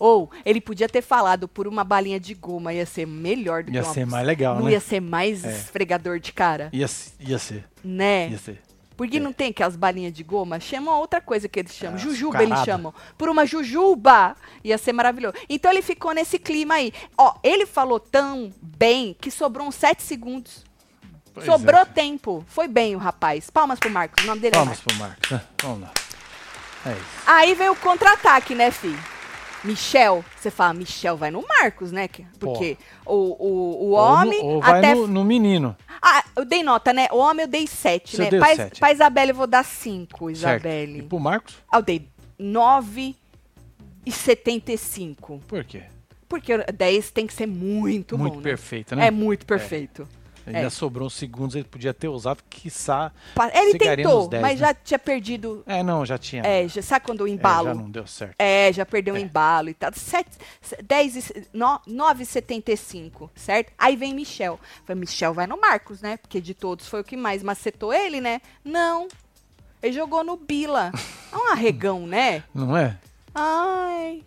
S1: Ou ele podia ter falado por uma balinha de goma, ia ser melhor do
S2: Ia
S1: que uma
S2: ser
S1: pulse-
S2: mais legal,
S1: Não
S2: né?
S1: ia ser mais
S2: É.
S1: esfregador de cara,
S2: Ia, se- ia ser,
S1: né?
S2: ia ser.
S1: Porque não tem aquelas balinhas de goma? Chamam outra coisa que eles chamam.
S2: Ah,
S1: jujuba
S2: açucarada.
S1: eles chamam. Por uma jujuba. Ia ser maravilhoso. Então ele ficou nesse clima aí. Ó, ele falou tão bem que sobrou uns 7 segundos.
S2: Pois
S1: Sobrou
S2: é.
S1: tempo. Foi bem o rapaz. Palmas pro Marcos. O nome dele é
S2: Vamos
S1: Marcos.
S2: pro Marcos. né? Vamos lá. É isso.
S1: Aí veio o contra-ataque, né, fi? Michel, você fala, Michel vai no Marcos, né? que- Porque o, o, o
S2: Ou no-
S1: homem
S2: ou vai
S1: até.
S2: no, no menino.
S1: Ah, eu dei nota, né? O homem eu dei 7,
S2: Você
S1: né?
S2: deu
S1: Pra,
S2: sete.
S1: pra Isabelle eu vou dar 5,
S2: Certo.
S1: Isabelle.
S2: E pro Marcos?
S1: Ah, Eu dei 9 e 75.
S2: Por quê?
S1: Porque 10 tem que ser muito,
S2: Muito
S1: bom. né?
S2: perfeito, né?
S1: É muito perfeito.
S2: Ainda
S1: é.
S2: sobrou uns segundos, ele podia ter usado, quiçá.
S1: Pa- Ele
S2: chegaria
S1: tentou,
S2: nos 10,
S1: mas
S2: né?
S1: já tinha perdido.
S2: É, não, já tinha.
S1: É, já, sabe quando o
S2: É,
S1: embalo?
S2: já não deu certo.
S1: É, já perdeu o
S2: É.
S1: embalo e tal. 7, 10 e no- 9,75, certo? Aí vem Michel. Falei, Michel vai no Marcos, né? Porque de todos foi o que mais macetou ele, né? Não. Ele jogou no Bila. É um arregão, né?
S2: Não é?
S1: Ai.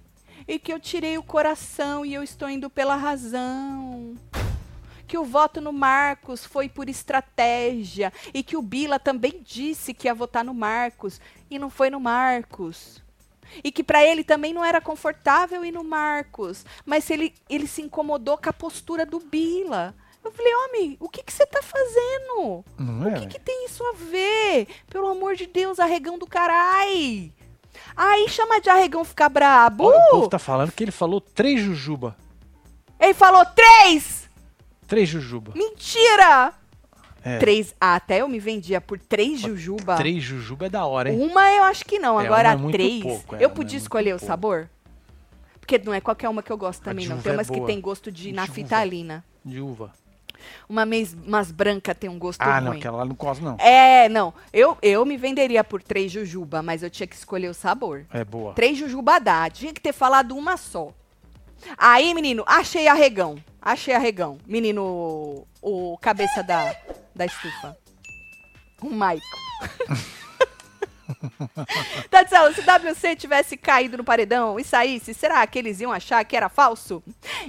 S1: E que eu tirei o coração e eu estou indo pela razão. Que o voto no Marcos foi por estratégia. E que o Bila também disse que ia votar no Marcos. E não foi no Marcos e que pra ele também não era confortável ir no Marcos, mas ele, ele se incomodou com a postura do Bila. Eu falei, homem, o que que você tá fazendo?
S2: Não é?
S1: O que, que tem isso a ver? Pelo amor de Deus, arregão do carai! Aí chama de arregão ficar brabo.
S2: Olha, o povo tá falando que ele falou três jujuba.
S1: Ele falou três!
S2: Três jujuba.
S1: Mentira!
S2: É.
S1: Três. Ah, até eu me vendia por três jujuba.
S2: Três jujuba é da hora, hein?
S1: Uma eu acho que não.
S2: É,
S1: Agora
S2: uma é muito
S1: três.
S2: pouco, é,
S1: eu
S2: uma é
S1: podia
S2: muito
S1: escolher o
S2: pouco.
S1: sabor? Porque não é qualquer uma que eu gosto
S2: A
S1: também,
S2: de
S1: não.
S2: uva
S1: Tem
S2: é
S1: umas que
S2: boa.
S1: tem gosto de
S2: De
S1: naftalina.
S2: De uva.
S1: Uma mês, umas branca tem um gosto
S2: Ah,
S1: ruim.
S2: não, aquela lá não gosto, não.
S1: É, não. Eu, eu me venderia por três jujuba, mas eu tinha que escolher o sabor.
S2: É boa.
S1: Três jujuba dá. Tinha que ter falado uma só. Aí, menino, achei arregão. Achei arregão. Menino, o cabeça da, da estufa. O Maico. Tatiana, Tá se WC tivesse caído no paredão e saísse, será que eles iam achar que era falso?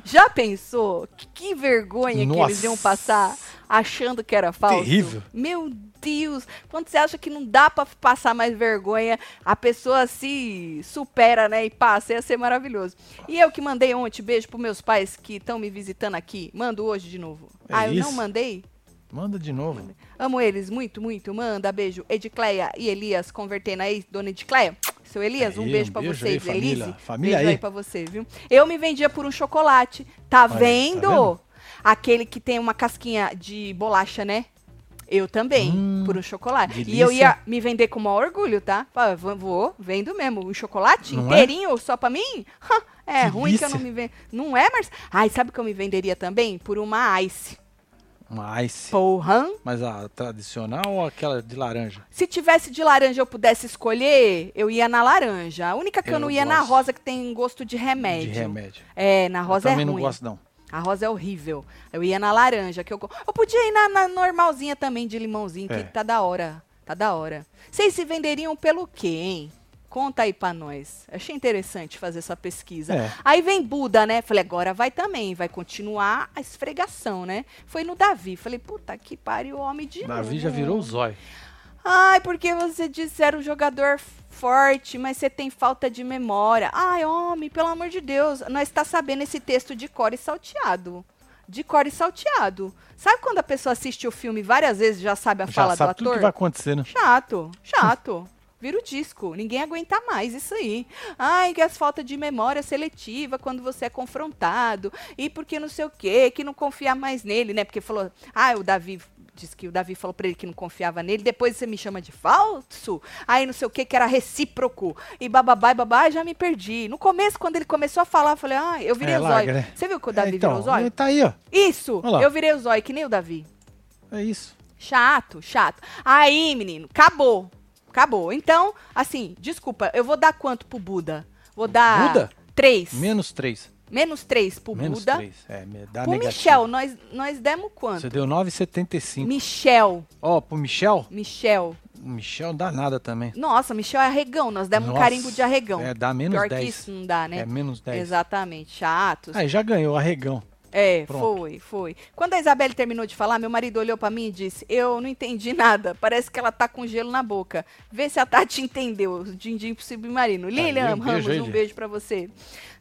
S1: Já pensou? Que, que vergonha que eles
S2: Nossa.
S1: iam passar achando que era falso?
S2: Terrível.
S1: Meu Deus! Quando você acha que não dá pra passar mais vergonha, a pessoa se supera, né? E passa, ia ser maravilhoso. E eu que mandei ontem beijo pros meus pais que estão me visitando aqui. Mando hoje de novo.
S2: É
S1: ah, eu não
S2: isso.
S1: mandei?
S2: Manda de novo.
S1: Amo eles muito, muito. Manda beijo. Edicleia e Elias convertendo aí, dona Edicleia. Seu Elias, um
S2: Aí,
S1: beijo
S2: um
S1: pra
S2: beijo
S1: vocês,
S2: aí, família.
S1: Elise.
S2: Família
S1: beijo
S2: aí.
S1: pra você, viu? Eu me vendia por um chocolate. Tá
S2: Olha aí, tá
S1: vendo?
S2: vendo?
S1: Aquele que tem uma casquinha de bolacha, né? Eu também,
S2: Hum,
S1: por um chocolate. E
S2: delícia.
S1: eu ia me vender com o maior orgulho, tá? Fala, vou- Vou, vendo mesmo. Um chocolate
S2: Não é?
S1: inteirinho só pra mim? Ha, é
S2: Que
S1: ruim que eu não
S2: delícia.
S1: me vendo. Não é, Marcia? Ai, sabe o que eu me venderia também? Por uma ice.
S2: Uma ice.
S1: Porra.
S2: Mas a tradicional ou aquela de laranja?
S1: Se tivesse de laranja eu pudesse escolher, eu ia na laranja. A única que eu,
S2: Eu
S1: não
S2: não
S1: ia é na
S2: gosto.
S1: rosa que tem um gosto de remédio.
S2: De remédio.
S1: É, na
S2: Eu
S1: rosa é
S2: também
S1: ruim.
S2: não gosto, não.
S1: A rosa é horrível. Eu ia na laranja que eu go- Eu podia ir na, na normalzinha também de limãozinho que
S2: É.
S1: tá da hora, tá da hora. Vocês se venderiam pelo quê, hein? Conta aí pra nós. Achei interessante fazer essa pesquisa.
S2: É.
S1: Aí vem Buda, né? Falei, agora vai também, vai continuar a esfregação, né? Foi no Davi. Falei, puta que pariu, homem de
S2: Davi
S1: novo.
S2: já virou o zóio.
S1: Ai, porque você disse que era um jogador forte, mas você tem falta de memória. Ai, homem, pelo amor de Deus, nós está sabendo esse texto de cor e salteado. De cor e salteado. Sabe quando a pessoa assiste o filme várias vezes e já sabe a
S2: Já
S1: fala
S2: sabe
S1: do
S2: tudo que
S1: ator?
S2: vai acontecer, né?
S1: Chato, chato. Vira o disco, ninguém aguenta mais isso aí. Ai, que as falta de memória seletiva quando você é confrontado. E porque não sei o quê, que não confia mais nele, né? Porque falou, ah, o Davi disse que o Davi falou pra ele que não confiava nele, depois você me chama de falso. Aí não sei o que que era recíproco. E bababá, e babá, já me perdi. No começo quando ele começou a falar, eu falei: "Ah, eu virei
S2: É,
S1: o
S2: larga,
S1: zóio".
S2: né?
S1: Você viu que o Davi
S2: É, então,
S1: virou o zóio?
S2: é, Tá aí, ó.
S1: Isso,
S2: Olha lá.
S1: eu virei o zóio que nem o Davi.
S2: É isso.
S1: Chato, chato. Aí, menino, acabou. Acabou. Então, assim, desculpa, eu vou dar quanto pro Buda? Vou dar.
S2: Buda?
S1: Três.
S2: Menos três.
S1: Menos três pro
S2: Menos
S1: Buda.
S2: três. É, me dá
S1: Pro
S2: negativo.
S1: Michel, né, nós, nós demos
S2: Você
S1: quanto?
S2: deu 9,75.
S1: Michel,
S2: Ó, pro Michel?
S1: Michel.
S2: O Michel dá nada também.
S1: Nossa, Michel é arregão. Nós demos um
S2: Nossa,
S1: carimbo de arregão.
S2: é, dá menos
S1: Pior que
S2: 10.
S1: isso não dá, né?
S2: É menos 10.
S1: Exatamente. Chato.
S2: Aí já ganhou, arregão.
S1: É,
S2: Pronto.
S1: foi, foi. Quando a Isabelle terminou de falar, meu marido olhou pra mim e disse: Eu não entendi nada. Parece que ela tá com gelo na boca. Vê se a Tati entendeu. Dindim pro submarino. Lilian
S2: um beijo
S1: Ramos,
S2: aí,
S1: um
S2: Lilian.
S1: beijo pra você.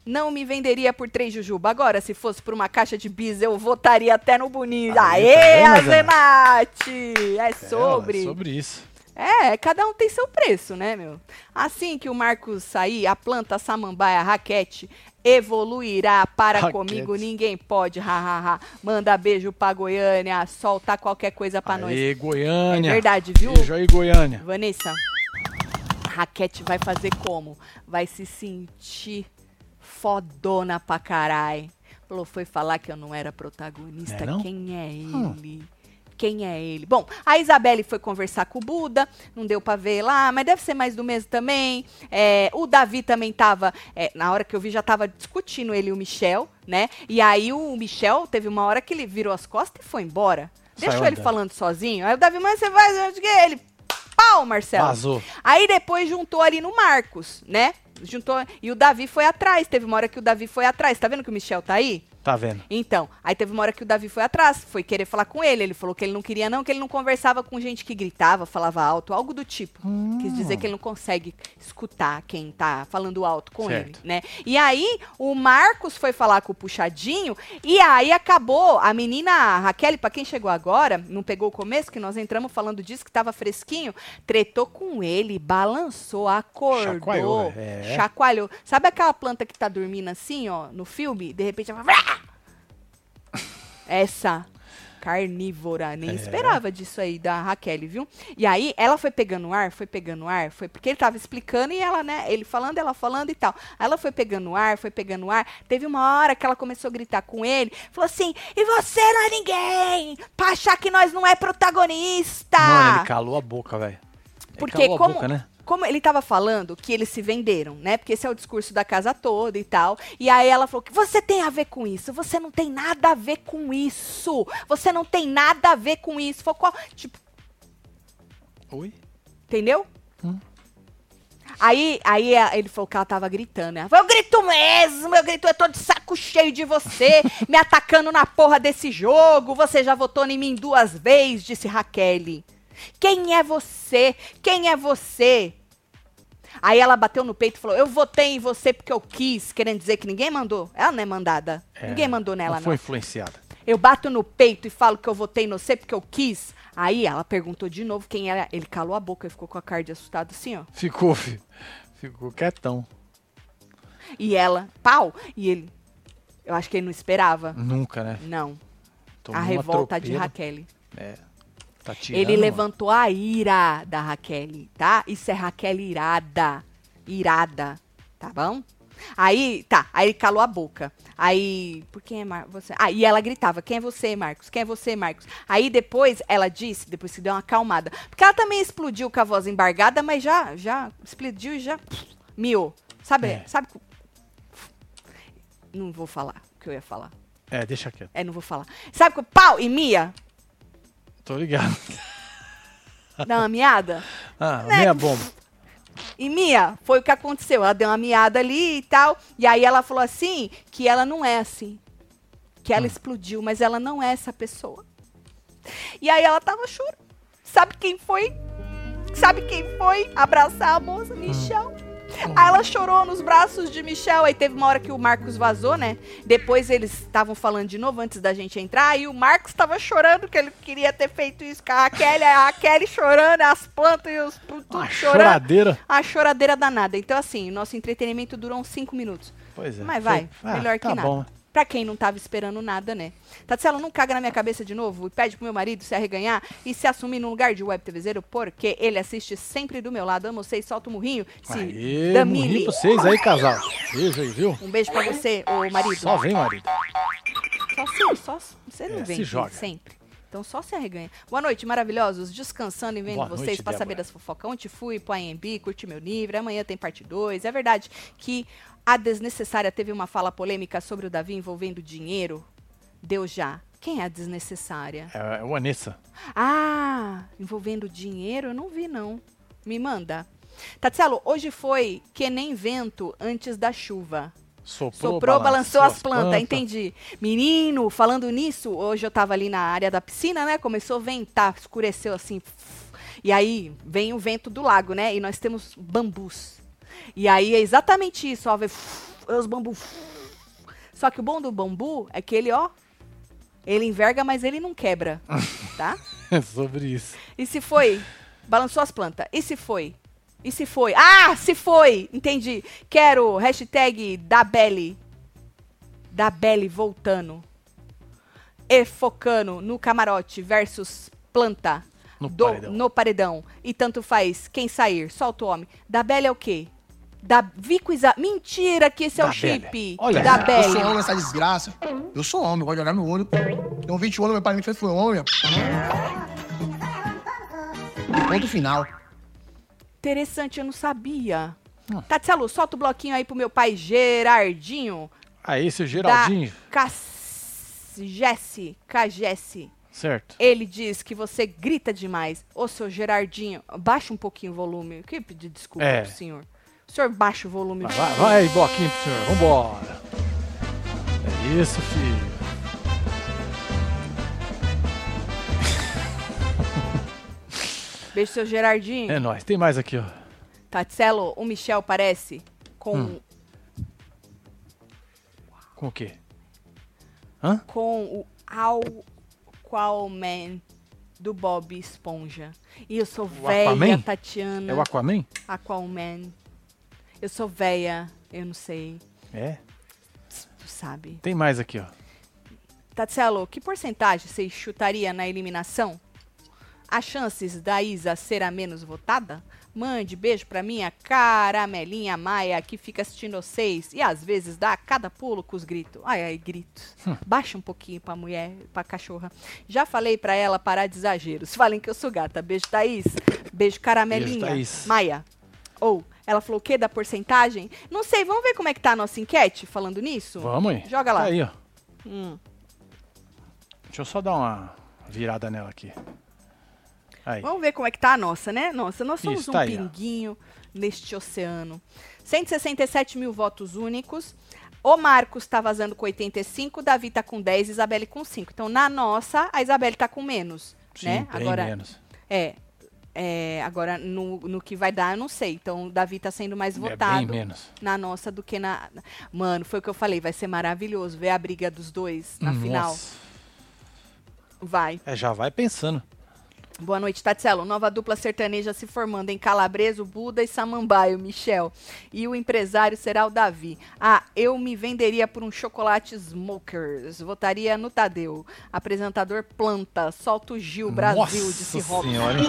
S1: Não me venderia por três jujuba. Agora, se fosse por uma caixa de bis, eu votaria até no bonito.
S2: Aí,
S1: Aê,
S2: tá vendo, Zé?
S1: Azenate! É
S2: É,
S1: sobre.
S2: É sobre isso.
S1: É, É, cada um tem seu preço, né, meu? Assim que o Marcos sair, a planta samambaia raquete evoluirá para
S2: Raquete.
S1: comigo, ninguém pode, hahaha. Manda beijo pra Goiânia, solta qualquer coisa pra nós.
S2: Aê, Goiânia.
S1: É verdade, viu?
S2: Beijo aí, Goiânia.
S1: Vanessa, a raquete vai fazer como? Vai se sentir fodona pra caralho. Falou, foi falar que eu não era protagonista.
S2: Não é não?
S1: Quem é ele? Quem é ele? Bom, a Isabelle foi conversar com o Buda, não deu pra ver lá, mas deve ser mais do mesmo também. É, o Davi também tava, é, na hora que eu vi, já tava discutindo ele e o Michel, né? E aí o Michel teve uma hora que ele virou as costas e foi embora.
S2: Saiu
S1: Deixou ele
S2: andando.
S1: falando sozinho. Aí o Davi, mas você vai, não sei o quê. ele pau, Marcelo.
S2: Vazou.
S1: Aí depois juntou ali no Marcos, né? Juntou e o Davi foi atrás. Teve uma hora que o Davi foi atrás. Tá vendo que o Michel tá aí?
S2: Tá vendo?
S1: Então, aí teve uma hora que o Davi foi atrás, foi querer falar com ele. Ele falou que ele não queria, não, que ele não conversava com gente que gritava, falava alto, algo do tipo.
S2: Ah.
S1: Quis dizer que ele não consegue escutar quem tá falando alto com
S2: Certo.
S1: ele, né? E aí, o Marcos foi falar com o Puxadinho, e aí acabou. A menina a Raquel, pra quem chegou agora, não pegou o começo, que nós entramos falando disso, que tava fresquinho, tretou com ele, balançou, acordou,
S2: Chacoalhou, é.
S1: chacoalhou. Sabe aquela planta que tá dormindo assim, ó, no filme? De repente ela fala, essa carnívora. Nem esperava disso aí da Raquel, viu? E aí ela foi pegando ar, foi pegando ar, foi porque ele tava explicando e ela, né, ele falando, ela falando e tal. Aí Ela foi pegando ar, foi pegando ar. Teve uma hora que ela começou a gritar com ele, falou assim: "E você não é ninguém, pra achar que nós não é protagonista".
S2: Mano, ele calou a boca, velho. Ele
S1: Ah! Porque
S2: É, calou a
S1: como,
S2: boca, né?
S1: como ele tava falando que eles se venderam, né? Porque esse é o discurso da casa toda e tal. E aí ela falou que você tem a ver com isso, você não tem nada a ver com isso. Você não tem nada a ver com isso. Foi qual, tipo,
S2: Oi?
S1: entendeu?
S2: Hum.
S1: Aí, aí a- ele falou que ela tava gritando. né? Ela falou, eu grito mesmo, eu grito, eu tô de saco cheio de você, me atacando na porra desse jogo. Você já votou em mim duas vezes, disse Raquel. Quem é você? Quem é você? Aí ela bateu no peito e falou: Eu votei em você porque eu quis, querendo dizer que ninguém mandou. Ela não é mandada.
S2: É,
S1: ninguém mandou nela, não.
S2: Foi influenciada.
S1: Eu bato no peito e falo que eu votei no você porque eu quis. Aí ela perguntou de novo quem era. Ele calou a boca e ficou com a cara de assustado assim, ó.
S2: Ficou, filho. Ficou quietão.
S1: E ela, pau. E ele, eu acho que ele não esperava.
S2: Nunca, né?
S1: Não.
S2: Tomou
S1: a
S2: uma
S1: revolta de
S2: tropeira.
S1: Raquel.
S2: É. Tá tirando,
S1: Ele
S2: mano.
S1: levantou a ira da Raquel, tá? Isso é Raquel irada. Irada, tá bom? Aí, tá, aí ele calou a boca. Aí, por quem é Mar você? Aí ela gritava, quem é você, Marcos? Quem é você, Marcos? Aí depois ela disse, depois que deu uma acalmada, porque ela também explodiu com a voz embargada, mas já, já explodiu e já miou. Sabe,
S2: É.
S1: sabe? co- Não vou falar o que eu ia falar.
S2: É, deixa quieto.
S1: É, não vou falar. Sabe que pau e mia?
S2: Tô ligado.
S1: Dá uma miada?
S2: Ah,
S1: Né?
S2: meia bomba.
S1: E Mia, foi o que aconteceu. Ela deu uma miada ali e tal. E aí ela falou assim que ela não é assim. Que
S2: Hum.
S1: ela explodiu, mas ela não é essa pessoa. E aí ela tava chorando. Sabe quem foi? Sabe quem foi abraçar a moça?
S2: Hum.
S1: Michel. Aí ela chorou nos braços de Michel. Aí teve uma hora que o Marcos vazou, né? Depois eles estavam falando de novo antes da gente entrar. E o Marcos tava chorando que ele queria ter feito isso com a Raquel. A Raquel chorando, as plantas e os tudo
S2: Uma
S1: chorando.
S2: choradeira.
S1: A choradeira danada. Então, assim, nosso entretenimento durou uns 5 minutos.
S2: Pois é.
S1: Mas vai,
S2: Foi- ah,
S1: melhor que
S2: tá
S1: nada.
S2: bom, né?
S1: Pra quem não tava esperando nada, né? Tatiana, não caga na minha cabeça de novo e pede pro meu marido se arreganhar e se assumir no lugar de web TVzeiro, porque ele assiste sempre do meu lado. Amo vocês, solta o murrinho. Se
S2: Aê,
S1: Damile.
S2: morri pra vocês aí, casal. Beijo aí, viu?
S1: Um beijo pra você, ô marido.
S2: Só vem, marido.
S1: Só se, só se- você não
S2: É,
S1: vem
S2: se
S1: aqui
S2: joga.
S1: sempre. Então só se arreganha. Boa noite, maravilhosos. Descansando e vendo
S2: Boa
S1: vocês
S2: noite,
S1: pra saber
S2: Débora.
S1: das fofocas. Onde fui, pro AMB, curti meu livro. Amanhã tem parte 2. É verdade que a desnecessária teve uma fala polêmica sobre o Davi envolvendo dinheiro? Deu já. Quem é a desnecessária?
S2: É, é o Anessa.
S1: Ah, envolvendo dinheiro? Eu não vi, não. Me manda. Tatielo, hoje foi que nem vento antes da chuva.
S2: Soprou,
S1: Soprou, balançou as plantas,
S2: plantas.
S1: entendi. Menino, falando nisso, hoje eu tava ali na área da piscina, né? Começou a ventar, escureceu assim. E aí vem o vento do lago, né? E nós temos bambus. E aí é exatamente isso, ó, vem os bambus. Só que o bom do bambu é que ele, ó, ele enverga, mas ele não quebra, tá?
S2: É sobre isso.
S1: E se foi Balançou as plantas. E se foi? E se foi? Ah, se foi! Entendi. Quero hashtag Dabelli. Dabelli voltando. E focando no camarote versus planta.
S2: No
S1: do-
S2: paredão.
S1: no paredão. E tanto faz quem sair. Solta o homem. Dabelli é o quê? Da Vico Isa... Mentira que esse é o
S2: Dabelli.
S1: chip.
S2: Olha, é
S5: Eu sou
S2: um-
S1: Dabelli.
S5: homem, essa desgraça. Eu sou homem, eu gosto de olhar no olho. Tem um 20 olhos, meu pai me fez foi homem. Ponto final.
S1: Interessante, eu não sabia.
S2: Hum.
S1: Tatselu, solta o bloquinho aí pro meu pai Gerardinho.
S2: Aí esse
S1: da
S2: Geraldinho,
S1: Cas- Jesse, Cajesse.
S2: certo?
S1: Ele diz que você grita demais. Ô, seu Gerardinho, baixa um pouquinho o volume. Eu queria pedir desculpa
S2: É.
S1: pro senhor. O senhor baixa o volume.
S2: Vai, vai, vai, bloquinho pro senhor. Vambora. É isso, filho.
S1: Beijo, seu Gerardinho.
S2: É nóis. Tem mais aqui, ó.
S1: Tatselo, o Michel parece com,
S2: Hum. Com o quê?
S1: com o Al Qualman do Bob Esponja. E eu sou velha,
S2: Aquaman?
S1: Tatiana.
S2: É o Aquaman?
S1: Aquaman. Eu sou velha, eu não sei,
S2: É.
S1: tu sabe.
S2: Tem mais aqui, ó.
S1: Tatselo, que porcentagem você chutaria na eliminação? As chances da Isa ser a menos votada? Mande beijo pra minha caramelinha Maia, que fica assistindo vocês e às vezes dá cada pulo com os gritos. Ai, ai, gritos.
S2: Hum.
S1: Baixa um pouquinho pra mulher, pra cachorra. Já falei pra ela parar de exageros. Falem que eu sou gata. Beijo, Thaís. Beijo, caramelinha.
S2: Thaís.
S1: Maia. Ou, ela falou o quê da porcentagem? Não sei, vamos ver como é que tá a nossa enquete falando nisso?
S2: Vamos aí.
S1: Joga lá. Hum.
S2: Tá Aí, ó. Deixa eu só dar uma virada nela aqui. Aí.
S1: Vamos ver como é que tá a nossa, né? Nossa, nós somos
S2: Isso,
S1: um
S2: tá aí, ó.
S1: pinguinho neste oceano. 167 mil votos únicos. O Marcos tá vazando com 85, o Davi tá com 10, Isabelle com 5. Então, na nossa, a Isabelle tá com menos,
S2: Sim,
S1: né?
S2: bem menos.
S1: É, é, agora, no, no que vai dar, eu não sei. Então, o Davi tá sendo mais
S2: É bem
S1: votado
S2: menos.
S1: na nossa do que na... Mano, foi o que eu falei, vai ser maravilhoso ver a briga dos dois na final.
S2: Nossa.
S1: Vai.
S2: É, já vai pensando.
S1: Boa noite, Tatselo. Nova dupla sertaneja se formando em Calabreso, Buda e Samambaio, Michel. E o empresário será o Davi. Ah, eu me venderia por um chocolate Smokers. Votaria no Tadeu. Apresentador planta. Solta o Gil Brasil,
S2: Nossa
S1: disse Robson.
S2: senhora. hein?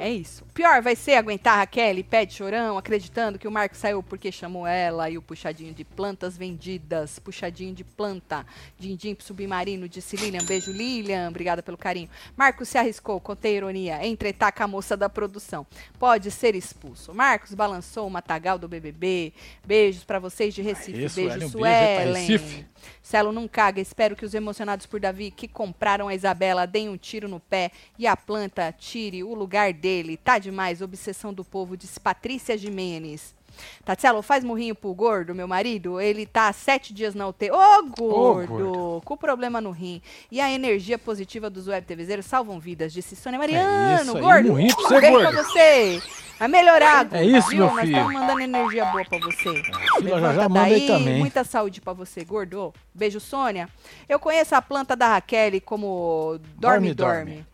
S1: É isso. Pior vai ser aguentar a Raquel e pede chorão, acreditando que o Marco saiu porque chamou ela e o puxadinho de plantas vendidas. Puxadinho de planta. Dindim pro submarino, disse Lilian. Beijo, Lilian. Obrigada pelo carinho. Marcos se arriscou, contei ironia. Entretaca a moça da produção. Pode ser expulso. Marcos balançou o matagal do BBB. Beijos pra vocês de Recife.
S2: Aê, Suelen,
S1: Beijo,
S2: um beijo aí pra
S1: Suelen.
S2: Recife.
S1: Celo não caga. Espero que os emocionados por Davi que compraram a Isabela deem um tiro no pé e a planta tire o lugar dele. Tá demais, obsessão do povo, disse Patrícia Jimenez. Tatielo, faz murrinho pro gordo, meu marido. Ele tá há sete dias na UT. Ô, gordo! Com problema no rim. E a energia positiva dos web TVzeiros salvam vidas, disse Sônia Mariano.
S2: É isso aí,
S1: gordo! um
S2: murrinho pra você,
S1: beijo
S2: gordo.
S1: pra você! Vai melhorar, gordo.
S2: É isso,
S1: viu?
S2: meu
S1: Nós
S2: filho.
S1: estamos mandando energia boa pra você.
S2: Fila já
S1: Levanta
S2: já manda aí também. hein?
S1: Muita saúde pra você, gordo. Beijo, Sônia. Eu conheço a planta da Raquel como dorme-dorme.
S2: Dorme,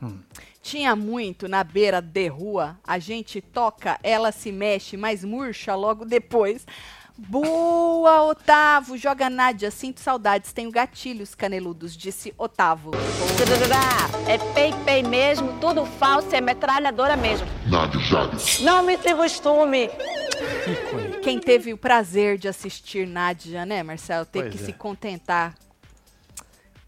S2: dorme.
S1: Tinha muito na beira de rua. A gente toca, ela se mexe, mas murcha logo depois. Boa, Otávio. Joga Nádia. Sinto saudades. Tenho gatilhos caneludos, disse Otávio.
S6: Trará. É pei-pei mesmo, tudo falso, é metralhadora mesmo.
S7: Nada, Jade.
S6: Não me tem costume.
S1: Quem teve o prazer de assistir Nádia, né, Marcelo? Teve
S2: Pois
S1: que
S2: é.
S1: se contentar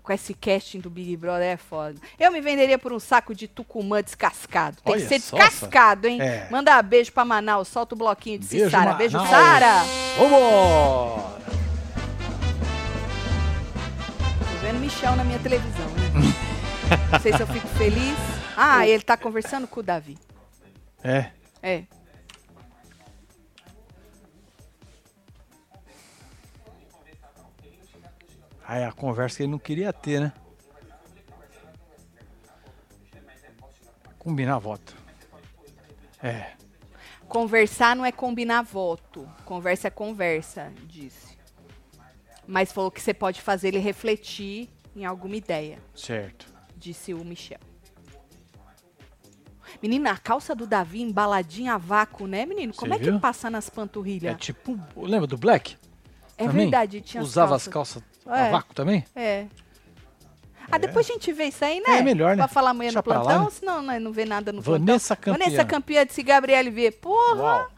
S1: com esse casting do Big Brother é foda. Eu me venderia por um saco de Tucumã descascado. Tem que
S2: Olha
S1: ser
S2: só,
S1: descascado, hein?
S2: É.
S1: Manda beijo pra Manaus, solta o bloquinho de
S2: Beijo,
S1: Sara. Beijo,
S2: Manaus.
S1: Sara!
S2: Vambora!
S1: Tô vendo Michel na minha televisão, né? Não sei se eu fico feliz. Ah, ele tá conversando com o Davi.
S2: É.
S1: É.
S2: Aí a conversa que ele não queria ter, né? Combinar voto. É.
S1: Conversar não é combinar voto. Conversa é conversa, disse. Mas falou que você pode fazer ele refletir em alguma ideia,
S2: Certo.
S1: disse o Michel. Menina, a calça do Davi embaladinha a vácuo, né, menino? Como
S2: Você
S1: é que
S2: viu?
S1: passa nas
S2: É
S1: panturrilhas?
S2: tipo, lembra do Black?
S1: É,
S2: Também?
S1: verdade, tinha as
S2: Usava
S1: calças.
S2: as calças a
S1: É.
S2: vácuo também?
S1: É. Ah, depois a gente vê isso aí,
S2: É,
S1: né?
S2: é melhor, né?
S1: Pra falar amanhã
S2: Deixa
S1: no
S2: pra lá,
S1: plantão,
S2: né?
S1: senão né, não vê nada no
S2: Vanessa
S1: plantão.
S2: Campiã.
S1: Vanessa campeã disse Gabriele V. Porra!
S2: Uau,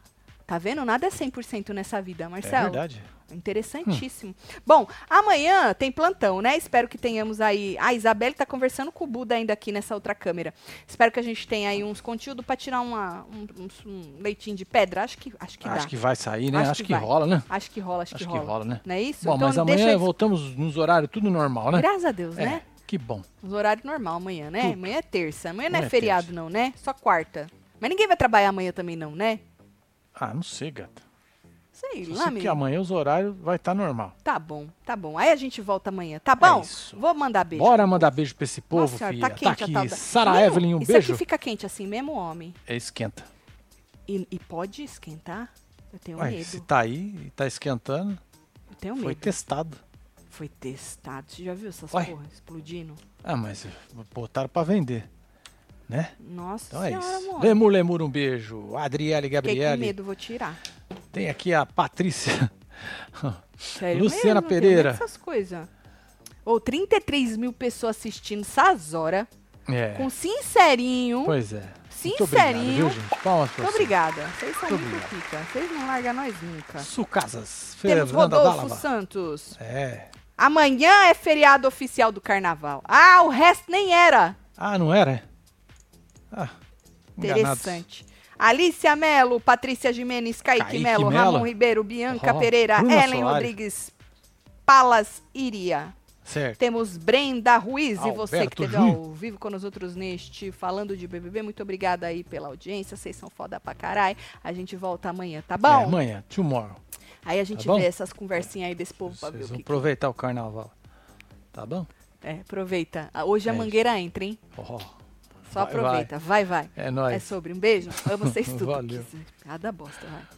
S1: Tá vendo? Nada é 100% nessa vida,
S2: é
S1: Marcelo.
S2: verdade. Hum.
S1: Interessantíssimo. Bom, amanhã tem plantão, né? Espero que tenhamos aí. A Isabelle tá conversando com o Buda ainda aqui nessa outra câmera. Espero que a gente tenha aí uns conteúdos pra tirar uma, um, uns- um leitinho de pedra. Acho que, acho que
S2: Acho
S1: dá.
S2: que vai sair, né?
S1: Acho
S2: Acho,
S1: que
S2: que,
S1: vai.
S2: rola, né?
S1: Acho que rola, acho,
S2: Acho
S1: que
S2: que
S1: rola.
S2: rola, né?
S1: Não é isso?
S2: Bom,
S1: então
S2: mas
S1: deixa
S2: amanhã
S1: isso-
S2: voltamos nos horários tudo normal, né?
S1: Graças a Deus,
S2: é,
S1: né?
S2: Que bom.
S1: Os horários normal amanhã, né?
S2: Tudo.
S1: Amanhã é terça. Amanhã não é,
S2: Amanhã é
S1: feriado,
S2: terça.
S1: não, né? Só quarta. Mas ninguém vai trabalhar amanhã também, não, né?
S2: Ah, não sei, gata.
S1: Sei
S2: Só
S1: lá,
S2: sei que
S1: menino.
S2: amanhã os horários vai estar normal.
S1: Tá bom, tá bom. Aí a gente volta amanhã, tá bom?
S2: É isso.
S1: Vou mandar beijo.
S2: Bora mandar beijo pra esse
S1: Nossa
S2: povo,
S1: senhora,
S2: filha.
S1: tá quente a tal
S2: aqui,
S1: da-
S2: Sara
S1: Menino,
S2: Evelyn, um
S1: isso
S2: beijo.
S1: aqui fica quente assim, mesmo homem.
S2: É, esquenta.
S1: E, e pode esquentar? Eu tenho
S2: Ué, se
S1: medo.
S2: tá aí e tá esquentando,
S1: Eu tenho
S2: foi
S1: medo.
S2: testado.
S1: Foi testado. Você já viu essas
S2: Ué.
S1: porra explodindo?
S2: Ah, mas botaram pra vender, né?
S1: Nossa
S2: Então é
S1: senhora,
S2: isso.
S1: amor.
S2: Lemur, Lemur, um beijo. Adriele,
S1: Fiquei com
S2: Gabriele.
S1: medo, vou tirar.
S2: Tem aqui a Patrícia.
S1: Sério
S2: Luciana
S1: mesmo, tenho
S2: Pereira.
S1: medo dessas coisas. Ou 33 mil pessoas assistindo essas horas,
S2: É.
S1: com sincerinho.
S2: Pois é. Muito obrigado,
S1: Sincerinho.
S2: viu, gente? Palmas pra
S1: Muito
S2: você.
S1: obrigada. Vocês são
S2: Muito
S1: muito pica. Vocês não largam nós nunca.
S2: Sucasas.
S1: Temos
S2: é Fernanda
S1: Rodolfo
S2: Dálava.
S1: Santos.
S2: É.
S1: Amanhã é feriado oficial do carnaval. Ah, o resto nem era.
S2: Ah, não era? Ah, enganados.
S1: Interessante. Alicia Melo, Patrícia Jimenez, Kaique
S2: Kaique
S1: Melo,
S2: Melo.
S1: Ramon Ribeiro, Bianca
S2: Ó,
S1: Pereira,
S2: Bruna
S1: Ellen
S2: Soares.
S1: Rodrigues, Palas Iria.
S2: Certo.
S1: Temos Brenda Ruiz e você que
S2: Alberto
S1: esteve
S2: Ju.
S1: ao vivo com nós outros neste Falando de BBB. Muito obrigada aí pela audiência. Vocês são foda pra caralho. A gente volta amanhã, tá
S2: É,
S1: bom?
S2: amanhã, tomorrow.
S1: aí a gente
S2: Tá bom?
S1: vê essas conversinhas aí desse povo pra ver
S2: Vocês
S1: o
S2: vão
S1: que.
S2: aproveitar o carnaval. Tá bom?
S1: É, aproveita. Ah, Hoje a
S2: É isso.
S1: mangueira entra, hein?
S2: Ó,
S1: Só
S2: Vai,
S1: aproveita. Vai, vai.
S2: é
S1: É
S2: nóis.
S1: sobre. Um beijo. Amo vocês tudo.
S2: Valeu.
S1: Cada bosta, vai.